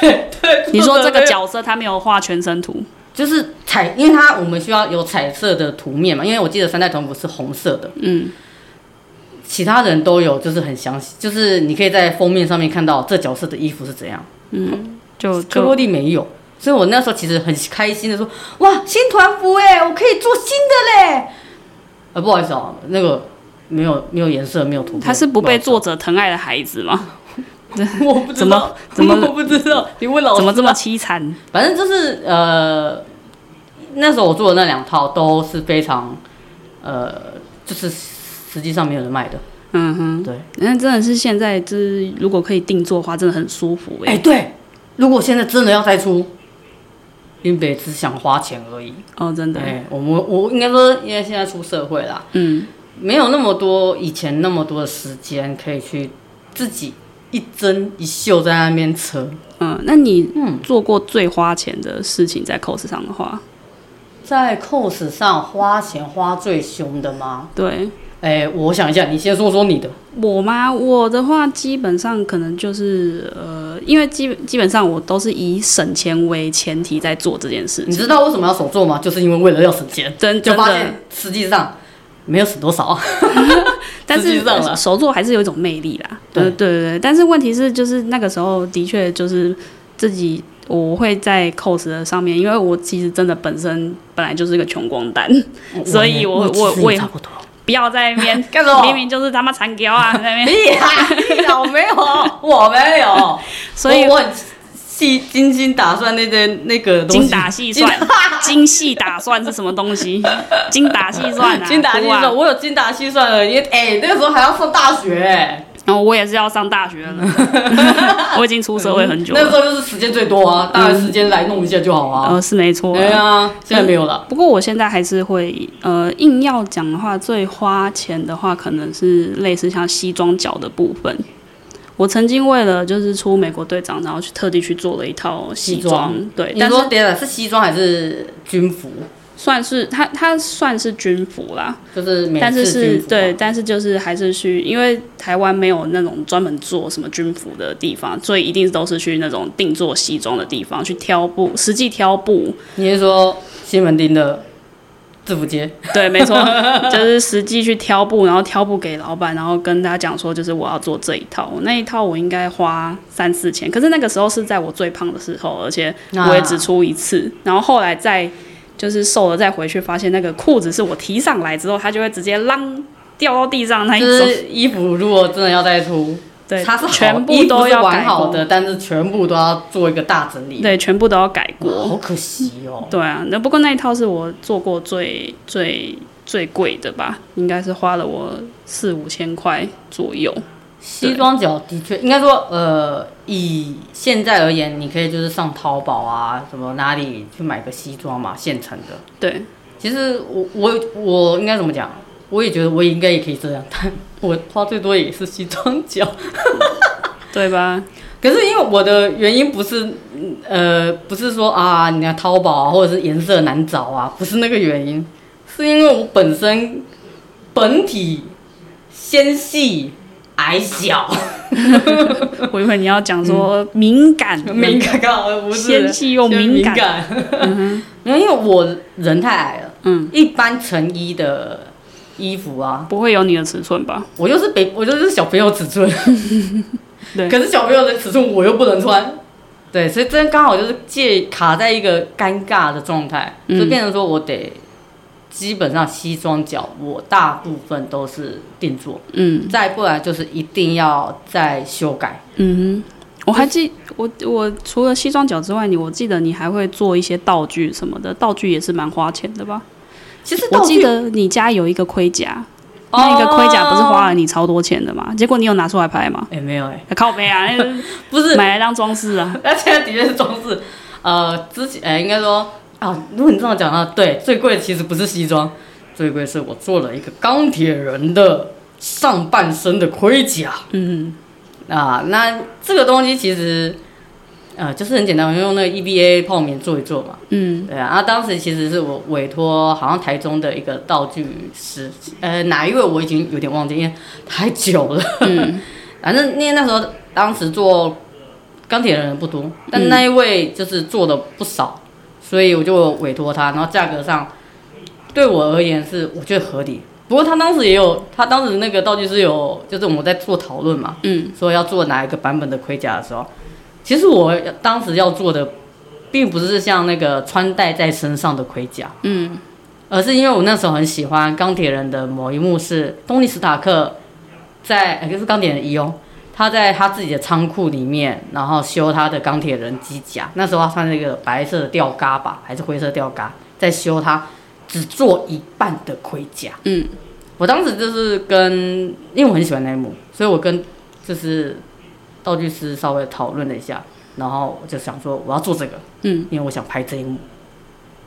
Speaker 2: 对
Speaker 1: 你说这个角色他没有画全身图，
Speaker 2: 就是彩，因为它我们需要有彩色的图面嘛，因为我记得三代团服是红色的，嗯，其他人都有，就是很详细，就是你可以在封面上面看到这角色的衣服是怎样。
Speaker 1: 就
Speaker 2: 克
Speaker 1: 就
Speaker 2: 洛丽没有，所以我那时候其实很开心的说，哇，新团服哎，我可以做新的嘞。呃，不好意思哦，那个没有没有颜色，没有图片，
Speaker 1: 他是不被
Speaker 2: 好
Speaker 1: 作者疼爱的孩子吗？
Speaker 2: 意思， [laughs] 我不知
Speaker 1: 怎么
Speaker 2: 道，
Speaker 1: 怎么
Speaker 2: [laughs] 我不知道，你问老师
Speaker 1: 怎么这么凄惨？
Speaker 2: 反正就是呃，那时候我做的那两套都是非常呃，就是实际上没有人卖的，
Speaker 1: 嗯哼，
Speaker 2: 对，
Speaker 1: 那真的是现在就是如果可以定做的话，真的很舒服哎、
Speaker 2: 哎、对，如果现在真的要再出，林北只想花钱而已。
Speaker 1: 哦，真的，
Speaker 2: 对，我们我应该说，因为现在出社会啦，
Speaker 1: 嗯，
Speaker 2: 没有那么多以前那么多的时间可以去自己一针一绣在那边扯，
Speaker 1: 嗯，那你做过最花钱的事情在 cos 上的话，
Speaker 2: 在 cos 上花钱花最凶的吗？
Speaker 1: 对
Speaker 2: 哎，我想一下，你先说说你的。
Speaker 1: 我吗？我的话基本上可能就是呃，因为基基本上我都是以省钱为前提在做这件事
Speaker 2: 你
Speaker 1: 情，
Speaker 2: 知道为什么要手做吗？就是因为为了要省钱，
Speaker 1: 真
Speaker 2: 就
Speaker 1: 真
Speaker 2: 发
Speaker 1: 的
Speaker 2: 现，实际上没有省多少。啊
Speaker 1: 但
Speaker 2: 实
Speaker 1: 是呃
Speaker 2: 际上啦
Speaker 1: 手作还是有一种魅力啦。
Speaker 2: 对
Speaker 1: 呃对对对，但是问题是，就是那个时候的确就是自己。我会在 cos 的上面，因为我其实真的本身本来就是个穷光蛋， [laughs] [laughs] 所以我
Speaker 2: 其实
Speaker 1: 我我
Speaker 2: 也
Speaker 1: 也
Speaker 2: 差不多。
Speaker 1: 不要在那边
Speaker 2: [laughs] 干什么
Speaker 1: 明明就是他妈残雕
Speaker 2: [laughs]
Speaker 1: 啊，在那边，
Speaker 2: 屁啊！ [laughs] 屁啊我没有，我没有。
Speaker 1: [laughs] 所以
Speaker 2: 我我很细精心打算那些那个东西，
Speaker 1: 精打细算，精细打算是什么东西？精打细算啊，
Speaker 2: [laughs] 精打细
Speaker 1: 哭啊
Speaker 2: 算，我有精打细算了。因为哎、那个时候还要上大学、哎
Speaker 1: 然后我也是要上大
Speaker 2: [laughs]
Speaker 1: 学了， [laughs] 我已经出社会很久
Speaker 2: 那个时
Speaker 1: 了，
Speaker 2: 候就是时间最多啊，大学时间来弄一下就好啊。
Speaker 1: 呃，是没错啊。
Speaker 2: 对啊，现在没有了。
Speaker 1: 不过我现在还是会，呃，硬要讲的话，最花钱的话，可能是类似像西装脚的部分。我曾经为了就是出美国队长，然后去特地去做了一套西
Speaker 2: 西装
Speaker 1: 装，对，
Speaker 2: 你
Speaker 1: 但是
Speaker 2: 说别的是西装还是军服？
Speaker 1: 算是他他算是军服啦，
Speaker 2: 就是每
Speaker 1: 但是
Speaker 2: 次
Speaker 1: 是
Speaker 2: 军服啊
Speaker 1: 对，但是就是还是去，因为台湾没有那种专门做什么军服的地方，所以一定都是去那种定做西装的地方去挑布，实际挑布。
Speaker 2: 你是说西门町的制服街？
Speaker 1: [laughs] 对，没错，就是实际去挑布，然后挑布给老板，然后跟他讲说，就是我要做这一套，那一套我应该花三四千，可是那个时候是在我最胖的时候，而且
Speaker 2: 啊
Speaker 1: 我也只出一次，然后后来再就是瘦了再回去，发现那个裤子是我提上来之后，它就会直接啷掉到地上那一
Speaker 2: 就
Speaker 1: 种。
Speaker 2: 是衣服如果真的要再出，
Speaker 1: 对，
Speaker 2: 它是好
Speaker 1: 全
Speaker 2: 衣
Speaker 1: 部
Speaker 2: 服
Speaker 1: 都
Speaker 2: 是
Speaker 1: 要
Speaker 2: 完
Speaker 1: 改
Speaker 2: 好
Speaker 1: 过，
Speaker 2: 的，但是全部都要做一个大整理。
Speaker 1: 对，全部都要改
Speaker 2: 哇，
Speaker 1: 过。
Speaker 2: 好可惜哦。
Speaker 1: 对啊，那不过那一套是我做过最最最贵的吧，应该是花了我四五千块左右。
Speaker 2: 西装脚的确应该说，呃，以现在而言，你可以就是上淘宝啊，什么哪里去买个西装嘛，现成的。
Speaker 1: 对，
Speaker 2: 其实我我我应该怎么讲？我也觉得我应该也可以这样，但我花最多也是西装脚。
Speaker 1: 对吧？
Speaker 2: 可是因为我的原因不是，嗯呃，不是说啊，你看淘宝啊，或者是颜色难找啊，不是那个原因，是因为我本身本体纤细矮小，
Speaker 1: 我以为你要讲说敏感，
Speaker 2: 嗯敏感刚好不是
Speaker 1: 纤细又
Speaker 2: 敏
Speaker 1: 敏感。
Speaker 2: [laughs] 没有，因为我人太矮了，
Speaker 1: 嗯，
Speaker 2: 一般成衣的衣服啊，
Speaker 1: 不会有你的尺寸吧？
Speaker 2: 我就是北，我就是小朋友尺寸，
Speaker 1: 对
Speaker 2: 可是小朋友的尺寸我又不能穿，对，所以这刚好就是借卡在一个尴尬的状态，
Speaker 1: 嗯
Speaker 2: 就变成说我得基本上西装脚，我大部分都是定做，
Speaker 1: 嗯
Speaker 2: 再不然就是一定要再修改。
Speaker 1: 嗯哼。我还记我我除了西装脚之外，你我记得你还会做一些道具什么的，道具也是蛮花钱的吧？
Speaker 2: 其实
Speaker 1: 我
Speaker 2: 道
Speaker 1: 记
Speaker 2: 具
Speaker 1: 得你家有一个盔甲，那一个盔甲不是花了你超多钱的吗？结果你有拿出来拍吗？ [laughs]
Speaker 2: 哎、没有哎、
Speaker 1: 啊靠背啊，那是
Speaker 2: [laughs] 不是，
Speaker 1: 买来当装饰啊。
Speaker 2: [laughs] 那现在的确是装饰，呃，之前、哎应该说啊，如果你这么讲的话，对，最贵的其实不是西装，最贵是我做了一个钢铁人的上半身的盔甲
Speaker 1: 嗯，
Speaker 2: 啊。那这个东西其实，呃，就是很简单，我用那个 EVA 泡棉做一做嘛。
Speaker 1: 嗯，
Speaker 2: 对啊，啊，当时其实是我委托好像台中的一个道具师，呃，哪一位我已经有点忘记，因为太久了。
Speaker 1: 嗯
Speaker 2: 反正因为那时候当时做钢铁的人不多，但那一位就是做的不少，所以我就委托他，然后价格上对我而言是我觉得合理。不过他当时也有，他当时那个道具是有，就是我们在做讨论嘛，
Speaker 1: 嗯，
Speaker 2: 说要做哪一个版本的盔甲的时候，其实我当时要做的，并不是像那个穿戴在身上的盔甲，
Speaker 1: 嗯，
Speaker 2: 而是因为我那时候很喜欢钢铁人的某一幕是东尼史塔克在，呃就是钢铁人一哦，他在他自己的仓库里面，然后修他的钢铁人机甲。那时候他穿那个白色的吊嘎吧，还是灰色吊嘎，在修他只做一半的盔甲。
Speaker 1: 嗯，
Speaker 2: 我当时就是跟，因为我很喜欢那一幕，所以我跟就是道具师稍微讨论了一下，然后我就想说我要做这个，
Speaker 1: 嗯，
Speaker 2: 因为我想拍这一幕。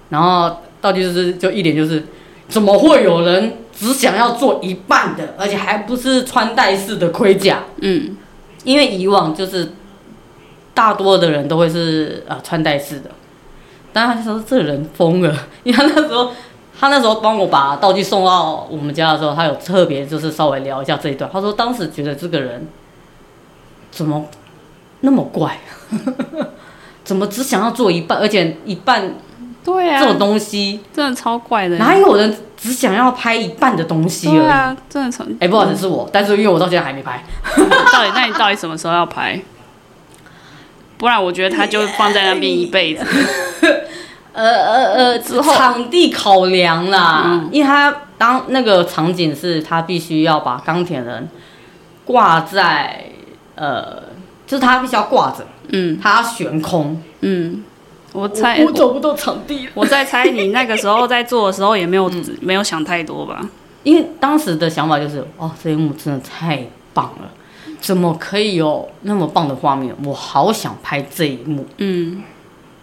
Speaker 2: 然后道具师就一脸就是，怎么会有人只想要做一半的，而且还不是穿戴式的盔甲？
Speaker 1: 嗯，
Speaker 2: 因为以往就是大多的人都会是呃穿戴式的，但他就说这人疯了，因为他那时候他那时候帮我把道具送到我们家的时候，他有特别就是稍微聊一下这一段，他说当时觉得这个人怎么那么怪， [laughs] 怎么只想要做一半，而且一半
Speaker 1: 对
Speaker 2: 这种
Speaker 1: 啊，
Speaker 2: 东西、
Speaker 1: 真的超怪的。
Speaker 2: 哪有人只想要拍一半的东西
Speaker 1: 啊
Speaker 2: 而
Speaker 1: 对
Speaker 2: 已？
Speaker 1: 啊，真的超。
Speaker 2: 哎、不好意思，是我，但是因为我到现在还没拍。
Speaker 1: 到底那你到底什么时候要拍？不然我觉得它就放在那边一辈子。
Speaker 2: 呃呃呃，之后场地考量啦，
Speaker 1: 嗯
Speaker 2: 因为他当那个场景是他必须要把钢铁人挂在呃，就是他必须要挂着，
Speaker 1: 嗯
Speaker 2: 他要悬空，
Speaker 1: 嗯，我猜
Speaker 2: 我找不到场地，
Speaker 1: 我在猜你那个时候在做的时候也没有
Speaker 2: 嗯
Speaker 1: 没有想太多吧？
Speaker 2: 因为当时的想法就是，哦，这一幕真的太棒了，怎么可以有那么棒的画面？我好想拍这一幕，
Speaker 1: 嗯，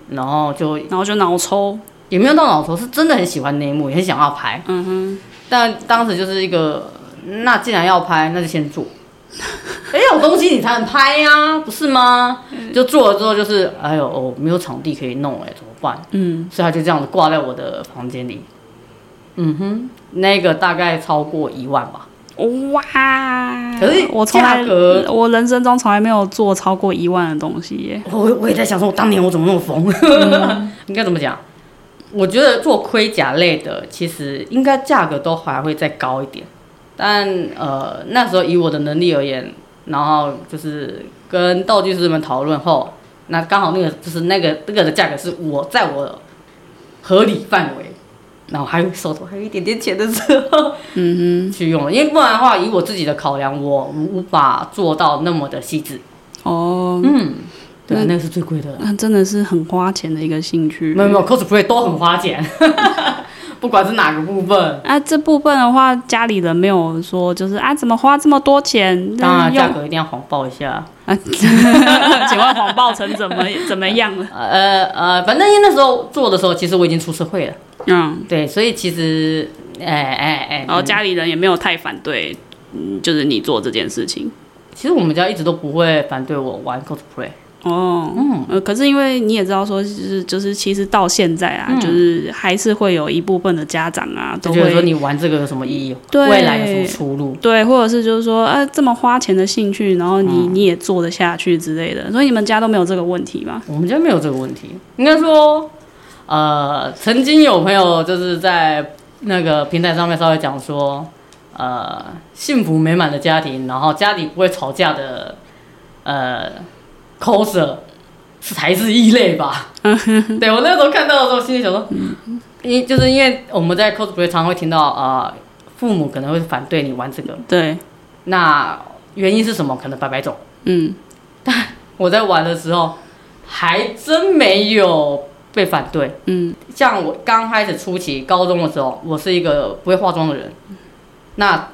Speaker 2: 然后就
Speaker 1: 然后就脑抽。
Speaker 2: 也没有到脑头，是真的很喜欢那一幕，也很想要拍。
Speaker 1: 嗯哼，
Speaker 2: 但当时就是一个，那既然要拍，那就先做。 [laughs] 哎，有东西你才能拍呀、不是吗？就做了之后就是，哎呦，哦，没有场地可以弄、哎，怎么办？
Speaker 1: 嗯，
Speaker 2: 所以他就这样子挂在我的房间里。嗯哼，那个大概超过一万吧。
Speaker 1: 哇！
Speaker 2: 可是
Speaker 1: 我从来
Speaker 2: 价格
Speaker 1: 我人生中从来没有做超过一万的东西耶。
Speaker 2: [laughs] 我我也在想说，当年我怎么那么疯？ [laughs] 应该怎么讲？我觉得做盔甲类的，其实应该价格都还会再高一点。但呃，那时候以我的能力而言，然后就是跟道具师们讨论后，那刚好那个就是那个那个的价格是我在我合理范围，然后还有手头还有一点点钱的时候，嗯哼，去用了。因为不然的话，以我自己的考量，我无法做到那么的细致。
Speaker 1: 哦，
Speaker 2: 对、啊，那个是最贵的。
Speaker 1: 那真的是很花钱的一个兴趣
Speaker 2: 没。有没有，cosplay 都很花钱，不管是哪个部分，
Speaker 1: 啊，这部分的话，家里人没有说，就是啊，怎么花这么多钱？
Speaker 2: 当然价
Speaker 1: 用
Speaker 2: 格一定要谎报一下。
Speaker 1: [laughs] 请问谎报成怎 [laughs] 么怎么样了？
Speaker 2: 呃呃，反正因为那时候做的时候，其实我已经出社会了，
Speaker 1: 嗯，
Speaker 2: 对，所以其实，哎哎哎，
Speaker 1: 然后家里人也没有太反对，嗯，就是你做这件事情。
Speaker 2: 其实我们家一直都不会反对我玩 cosplay，
Speaker 1: 哦，嗯，呃，可是因为你也知道说，就是就是，其实到现在啊，就是还是会有一部分的家长啊，
Speaker 2: 就
Speaker 1: 都
Speaker 2: 觉得说
Speaker 1: 会
Speaker 2: 你玩这个有什么意义，
Speaker 1: 对
Speaker 2: 未来有什么出路？
Speaker 1: 对，或者是就是说，啊，这么花钱的兴趣，然后你、你也做得下去之类的，所以你们家都没有这个问题吗？
Speaker 2: 我们家没有这个问题，应该说，呃，曾经有朋友就是在那个平台上面稍微讲说，呃，幸福美满的家庭，然后家里不会吵架的，呃，coser 是才是异类吧？对我那时候看到的时候，心里想说，因就是因为我们在 cosplay 常会听到啊、呃，父母可能会反对你玩这个，
Speaker 1: 对，
Speaker 2: 那原因是什么？可能百百种。
Speaker 1: 嗯，
Speaker 2: 我在玩的时候，还真没有被反对。
Speaker 1: 嗯，
Speaker 2: 像我刚开始初期高中的时候，我是一个不会化妆的人，那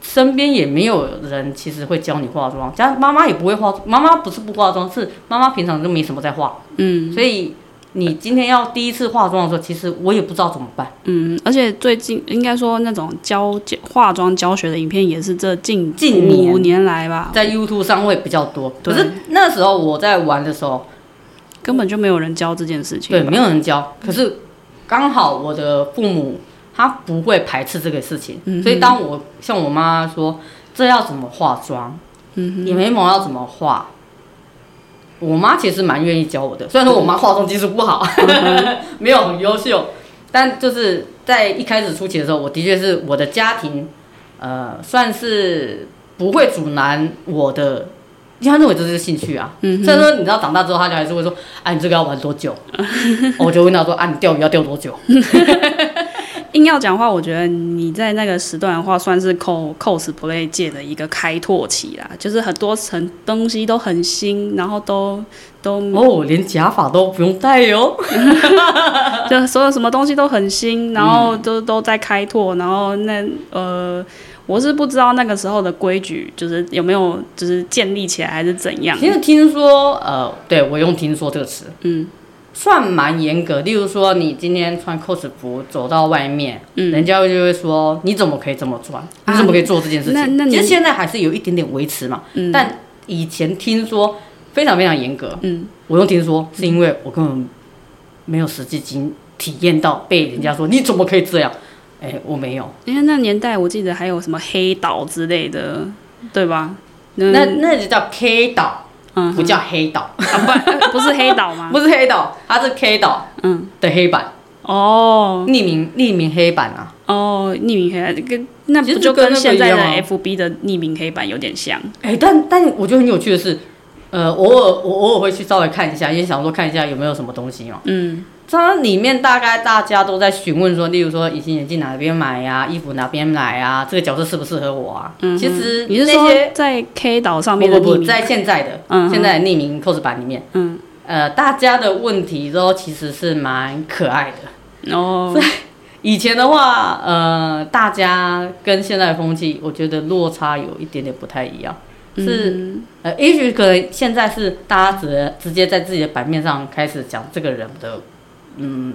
Speaker 2: 身边也没有人其实会教你化妆，加上妈妈也不会化，妈妈不是不化妆，是妈妈平常就没什么在化，
Speaker 1: 嗯
Speaker 2: 所以你今天要第一次化妆的时候，其实我也不知道怎么办。
Speaker 1: 嗯，而且最近应该说那种教教化妆教学的影片也是这近
Speaker 2: 近年
Speaker 1: 五年来吧，
Speaker 2: 在 YouTube 上会比较多，可
Speaker 1: 嗯对
Speaker 2: 是那时候我在玩的时候，
Speaker 1: 根本就没有人教这件事情。
Speaker 2: 对，没有人教。可是刚好我的父母他不会排斥这个事情，所以当我像我妈说这要怎么化妆，嗯、你眉毛要怎么画，我妈其实蛮愿意教我的。虽然说我妈化妆技术不好， [laughs] 没有很优秀，但就是在一开始初期的时候，我的确是我的家庭，呃，算是不会阻拦我的。因为他认为这是兴趣啊，嗯、虽然说你知道长大之后，他就还是会说，哎、你这个要玩多久？ [laughs] 我就问他说：“啊，你钓鱼要钓多久
Speaker 1: 硬要讲话，我觉得你在那个时段的话，算是 cos cosplay 界的一个开拓期啦，就是很多层东西都很新，然后都？”都、
Speaker 2: 哦，连假发都不用戴哟、
Speaker 1: 就所有什么东西都很新，然后
Speaker 2: 嗯
Speaker 1: 都、都在开拓，然后那呃，我是不知道那个时候的规矩就是有没有就是建立起来还是怎样，
Speaker 2: 其实听说，呃，对我用“听说”这个词，
Speaker 1: 嗯，
Speaker 2: 算蛮严格。例如说，你今天穿 cos 服走到外面，嗯，人家就会说：“你怎么可以这么穿？你怎么可以做这件事情？”
Speaker 1: 啊那那你
Speaker 2: 其实现在还是有一点点维持嘛，嗯、但以前听说非常非常严格。
Speaker 1: 嗯，
Speaker 2: 我用“听说”是因为我根本没有实际经体验到被人家说“你怎么可以这样”，哎、我没有。
Speaker 1: 因为那年代我记得还有什么黑岛之类的，对吧？嗯
Speaker 2: 那那就叫 K 岛，
Speaker 1: 嗯
Speaker 2: 不叫黑岛，
Speaker 1: 啊不然不是黑岛
Speaker 2: [laughs]
Speaker 1: 吗？
Speaker 2: 不是黑岛，它是 K 岛
Speaker 1: 嗯，
Speaker 2: 的黑板，
Speaker 1: 哦
Speaker 2: 匿名匿名黑板啊。
Speaker 1: 哦，匿名黑板跟那
Speaker 2: 其实
Speaker 1: 不就
Speaker 2: 就跟
Speaker 1: 跟
Speaker 2: 那个
Speaker 1: 现在
Speaker 2: 一样啊
Speaker 1: 的 FB 的匿名黑板有点像？
Speaker 2: 哎、但但我觉得很有趣的是，呃，偶尔我偶尔会去稍微看一下，也想说看一下有没有什么东西嘛。哦
Speaker 1: 嗯
Speaker 2: 它里面大概大家都在询问说，例如说隐形眼镜哪边买呀、衣服哪边买呀、这个角色适不适合我啊？
Speaker 1: 嗯哼，
Speaker 2: 其实
Speaker 1: 你是
Speaker 2: 那
Speaker 1: 说
Speaker 2: 些
Speaker 1: 在 K 岛上
Speaker 2: 不
Speaker 1: 面的
Speaker 2: 不
Speaker 1: 匿
Speaker 2: 不，
Speaker 1: 名？
Speaker 2: 在现在的、
Speaker 1: 嗯哼
Speaker 2: 现在的匿名 cos 版里面，
Speaker 1: 嗯
Speaker 2: 呃，大家的问题都其实是蛮可爱的。
Speaker 1: 哦，
Speaker 2: [laughs] 以前的话，呃，大家跟现在的风气，我觉得落差有一点点不太一样。是，呃，也许可能现在是大家直直接在自己的版面上开始讲这个人的，嗯，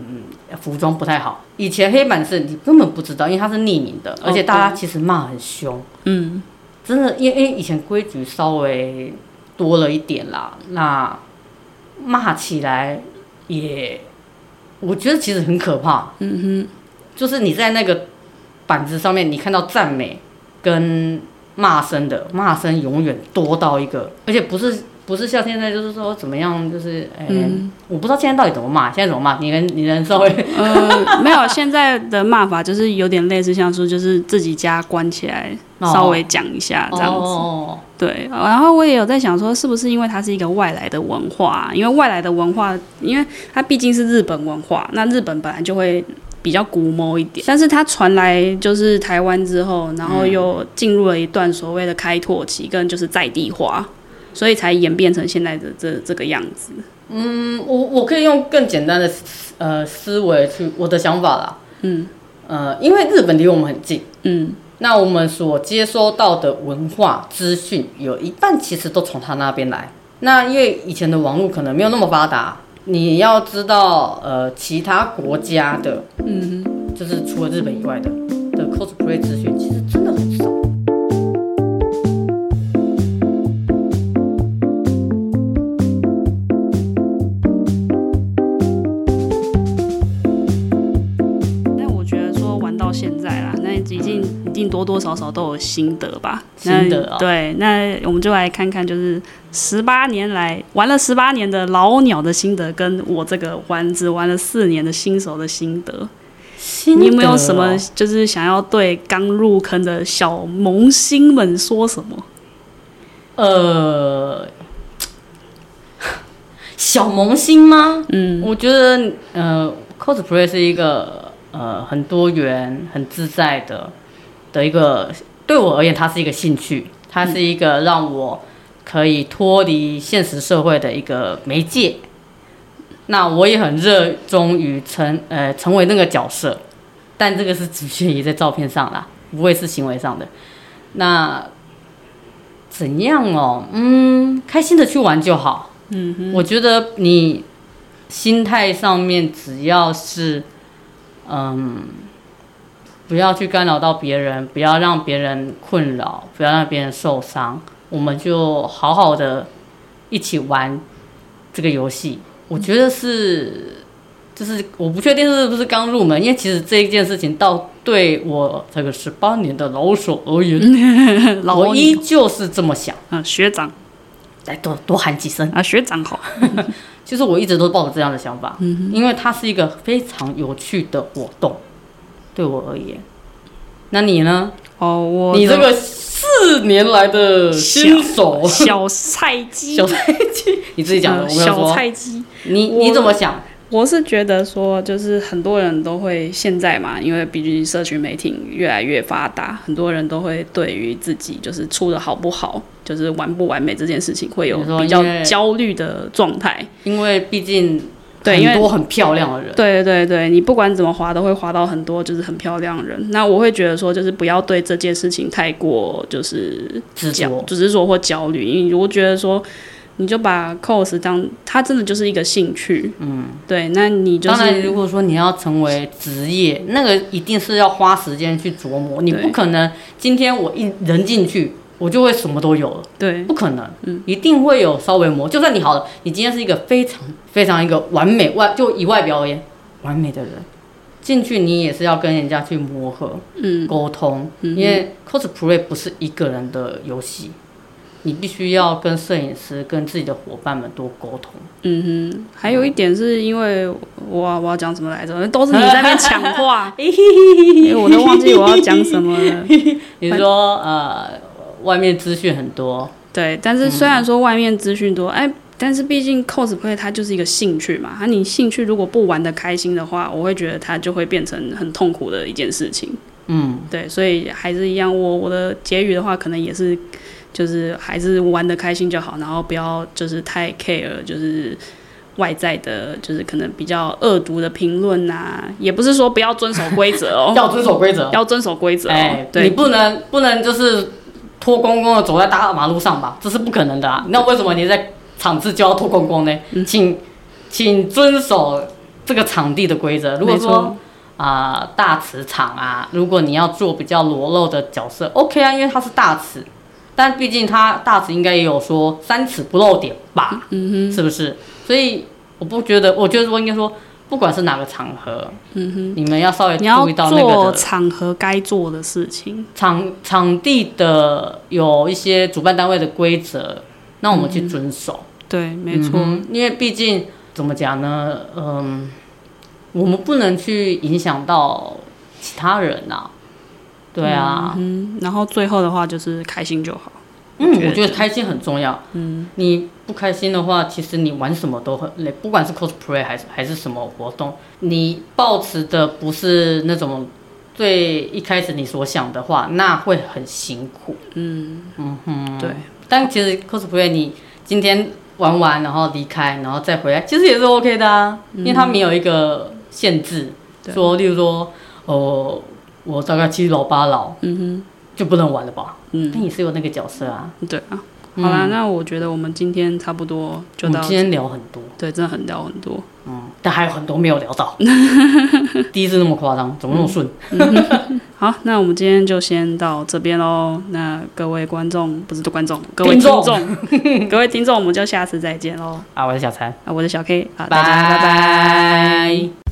Speaker 2: 服装不太好。以前黑板是你根本不知道，因为它是匿名的，而且大家其实骂很凶。
Speaker 1: 嗯
Speaker 2: 真的，因为以前规矩稍微多了一点啦，那骂起来也，我觉得其实很可怕。嗯哼，就是你在那个板子上面，你看到赞美跟骂声的，骂声永远多到一个，而且不是不是像现在就是说怎么样，就是哎、
Speaker 1: 嗯
Speaker 2: 我不知道现在到底怎么骂，现在怎么骂？你能你能稍微
Speaker 1: 呃，没有，现在的骂法就是有点类似像说，就是自己家关起来，
Speaker 2: 哦
Speaker 1: 稍微讲一下这样子。
Speaker 2: 哦
Speaker 1: 对，然后我也有在想说，是不是因为它是一个外来的文化？因为外来的文化，因为它毕竟是日本文化，那日本本来就会比较古某一点，但是它传来就是台湾之后，然后又进入了一段所谓的开拓期，跟就是在地化，所以才演变成现在的这这个样子。
Speaker 2: 嗯，我我可以用更简单的思呃思维去我的想法啦。嗯，呃，因为日本离我们很近，
Speaker 1: 嗯，
Speaker 2: 那我们所接收到的文化资讯有一半其实都从他那边来。那因为以前的网络可能没有那么发达，你要知道呃其他国家的，嗯，就是除了日本以外的的 cosplay 资讯，其实真的很少。
Speaker 1: 但我觉得说玩到现在啦，那已经一定多多少少都有心得吧？
Speaker 2: 心
Speaker 1: 那
Speaker 2: 得哦
Speaker 1: 对，那我们就来看看，就是十八年来玩了十八年的老鸟的心得，跟我这个玩只玩了四年的新手的心得。
Speaker 2: 哎
Speaker 1: 你有没有什
Speaker 2: 啊
Speaker 1: 么就是想要对刚入坑的小萌新们说什么？ [laughs]
Speaker 2: 呃，小萌新吗？嗯，我觉得呃，cosplay 是一个呃很多元、很自在的的一个，对我而言，它是一个兴趣，它是一个让我可以脱离现实社会的一个媒介。那我也很热衷于成呃成为那个角色，但这个是局限于在照片上啦，不会是行为上的。那怎样哦？嗯，开心的去玩就好。嗯哼，我觉得你心态上面只要是，嗯，不要去干扰到别人，不要让别人困扰，不要让别人受伤，我们就好好的一起玩这个游戏。我觉得是，就是我不确定是不是刚入门，因为其实这一件事情到对我这个十八年的老手而言，
Speaker 1: 嗯老
Speaker 2: 我
Speaker 1: 一
Speaker 2: 依旧是这么想，
Speaker 1: 啊，学长
Speaker 2: 来多多喊几声。
Speaker 1: 啊，学长好，
Speaker 2: 其实我一直都抱着这样的想法，
Speaker 1: 嗯
Speaker 2: 因为它是一个非常有趣的活动，对我而言。那你呢？
Speaker 1: 哦，我
Speaker 2: 你这
Speaker 1: 的
Speaker 2: 个四年来的新手
Speaker 1: 小菜鸡，
Speaker 2: 小菜鸡，你自己讲的，
Speaker 1: 呃
Speaker 2: 我没有
Speaker 1: 小
Speaker 2: 说。
Speaker 1: 菜鸡。
Speaker 2: 你
Speaker 1: 我
Speaker 2: 你怎么想？
Speaker 1: 我是觉得说，就是很多人都会现在嘛，因为毕竟社群媒体越来越发达，很多人都会对于自己就是出的好不好，就是完不完美这件事情，会有
Speaker 2: 你说
Speaker 1: 比较
Speaker 2: 因为
Speaker 1: 焦虑的状态。
Speaker 2: 因为毕竟
Speaker 1: 对因为
Speaker 2: 很多很漂亮的人，
Speaker 1: 对对对，你不管怎么滑，都会滑到很多就是很漂亮的人。那我会觉得说，就是不要对这件事情太过就是
Speaker 2: 执
Speaker 1: 焦
Speaker 2: 着，
Speaker 1: 执着或焦虑，因为如果觉得说。你就把 cos 当它真的就是一个兴趣，嗯，对，那你就是
Speaker 2: 当然，如果说你要成为职业，那个一定是要花时间去琢磨，你不
Speaker 1: 对
Speaker 2: 可能今天我一人进去，我就会什么都有了。
Speaker 1: 对，
Speaker 2: 不可能，一定会有稍微磨。就算你好了，你今天是一个非常非常一个完美外，就以外表而言完美的人，进去你也是要跟人家去磨合，嗯，沟通，因为 cosplay 不是一个人的游戏，你必须要跟摄影师、跟自己的伙伴们多沟通。
Speaker 1: 嗯哼，还有一点是因为我我要讲什么来着？都是你在那边抢话，哎我都忘记我要讲什么了。
Speaker 2: 你说呃，外面资讯很多，
Speaker 1: 对，但是虽然说外面资讯多，哎、但是毕竟 cosplay 它就是一个兴趣嘛，它你兴趣如果不玩的开心的话，我会觉得它就会变成很痛苦的一件事情。
Speaker 2: 嗯，
Speaker 1: 对，所以还是一样，我我的结语的话，可能也是就是还是玩的开心就好，然后不要就是太 care 就是外在的，就是可能比较恶毒的评论呐，也不是说不要遵守规则
Speaker 2: [laughs]
Speaker 1: 哦，
Speaker 2: 要遵守规则。
Speaker 1: 要遵守规则哦，
Speaker 2: 嗯哎、你
Speaker 1: 对。
Speaker 2: 不能不能就是脱光光的走在大马路上吧？这是不可能的啊！那为什么你在场次就要脱光光呢？请请遵守这个场地的规则。如果
Speaker 1: 没
Speaker 2: 说
Speaker 1: 错
Speaker 2: 啊、大磁场啊，如果你要做比较裸露的角色，OK 啊，因为它是大尺，但毕竟他大使应该也有说三尺不露点吧，嗯哼，是不是？所以我不觉得，我觉得说应该说，不管是哪个场合，嗯哼，你们要稍微
Speaker 1: 你要
Speaker 2: 注意到那个
Speaker 1: 做
Speaker 2: 的
Speaker 1: 场合该做的事情。
Speaker 2: 场场地的有一些主办单位的规则，那我们去遵守。
Speaker 1: 对，没错。
Speaker 2: 嗯哼因为毕竟怎么讲呢，嗯，我们不能去影响到其他人啊。对啊，
Speaker 1: 嗯，然后最后的话就是开心就好。
Speaker 2: 嗯，
Speaker 1: 我觉得
Speaker 2: 我觉得开心很重要。嗯，你不开心的话，其实你玩什么都很累，不管是 cosplay 还是还是什么活动，你抱持的不是那种最一开始你所想的话，那会很辛苦。
Speaker 1: 嗯
Speaker 2: 嗯
Speaker 1: 对，
Speaker 2: 但其实 cosplay 你今天玩完，然后离开，然后再回来，其实也是 OK 的啊，因为它没有一个限制，
Speaker 1: 嗯对
Speaker 2: 说例如说，哦，我大概七老八老
Speaker 1: 嗯
Speaker 2: 就不能玩了吧？
Speaker 1: 嗯，
Speaker 2: 那你是有那个角色啊。
Speaker 1: 哼，对啊。好啦，那我觉得我们今天差不多
Speaker 2: 我
Speaker 1: 就
Speaker 2: 们
Speaker 1: 到，
Speaker 2: 今天聊很多，
Speaker 1: 对，真的很聊很多。
Speaker 2: 嗯，但还有很多没有
Speaker 1: [laughs]
Speaker 2: 聊到。第一次那么夸张，怎么那么顺？
Speaker 1: 好，那我们今天就先到这边喽。那各位观众，不是观众，各位
Speaker 2: 听
Speaker 1: 听
Speaker 2: 众
Speaker 1: 众， [laughs] 各位听众，我们就下次再见喽。
Speaker 2: 啊，我是小陈，
Speaker 1: 啊，我是小 K 啊，大家拜拜。
Speaker 2: 拜。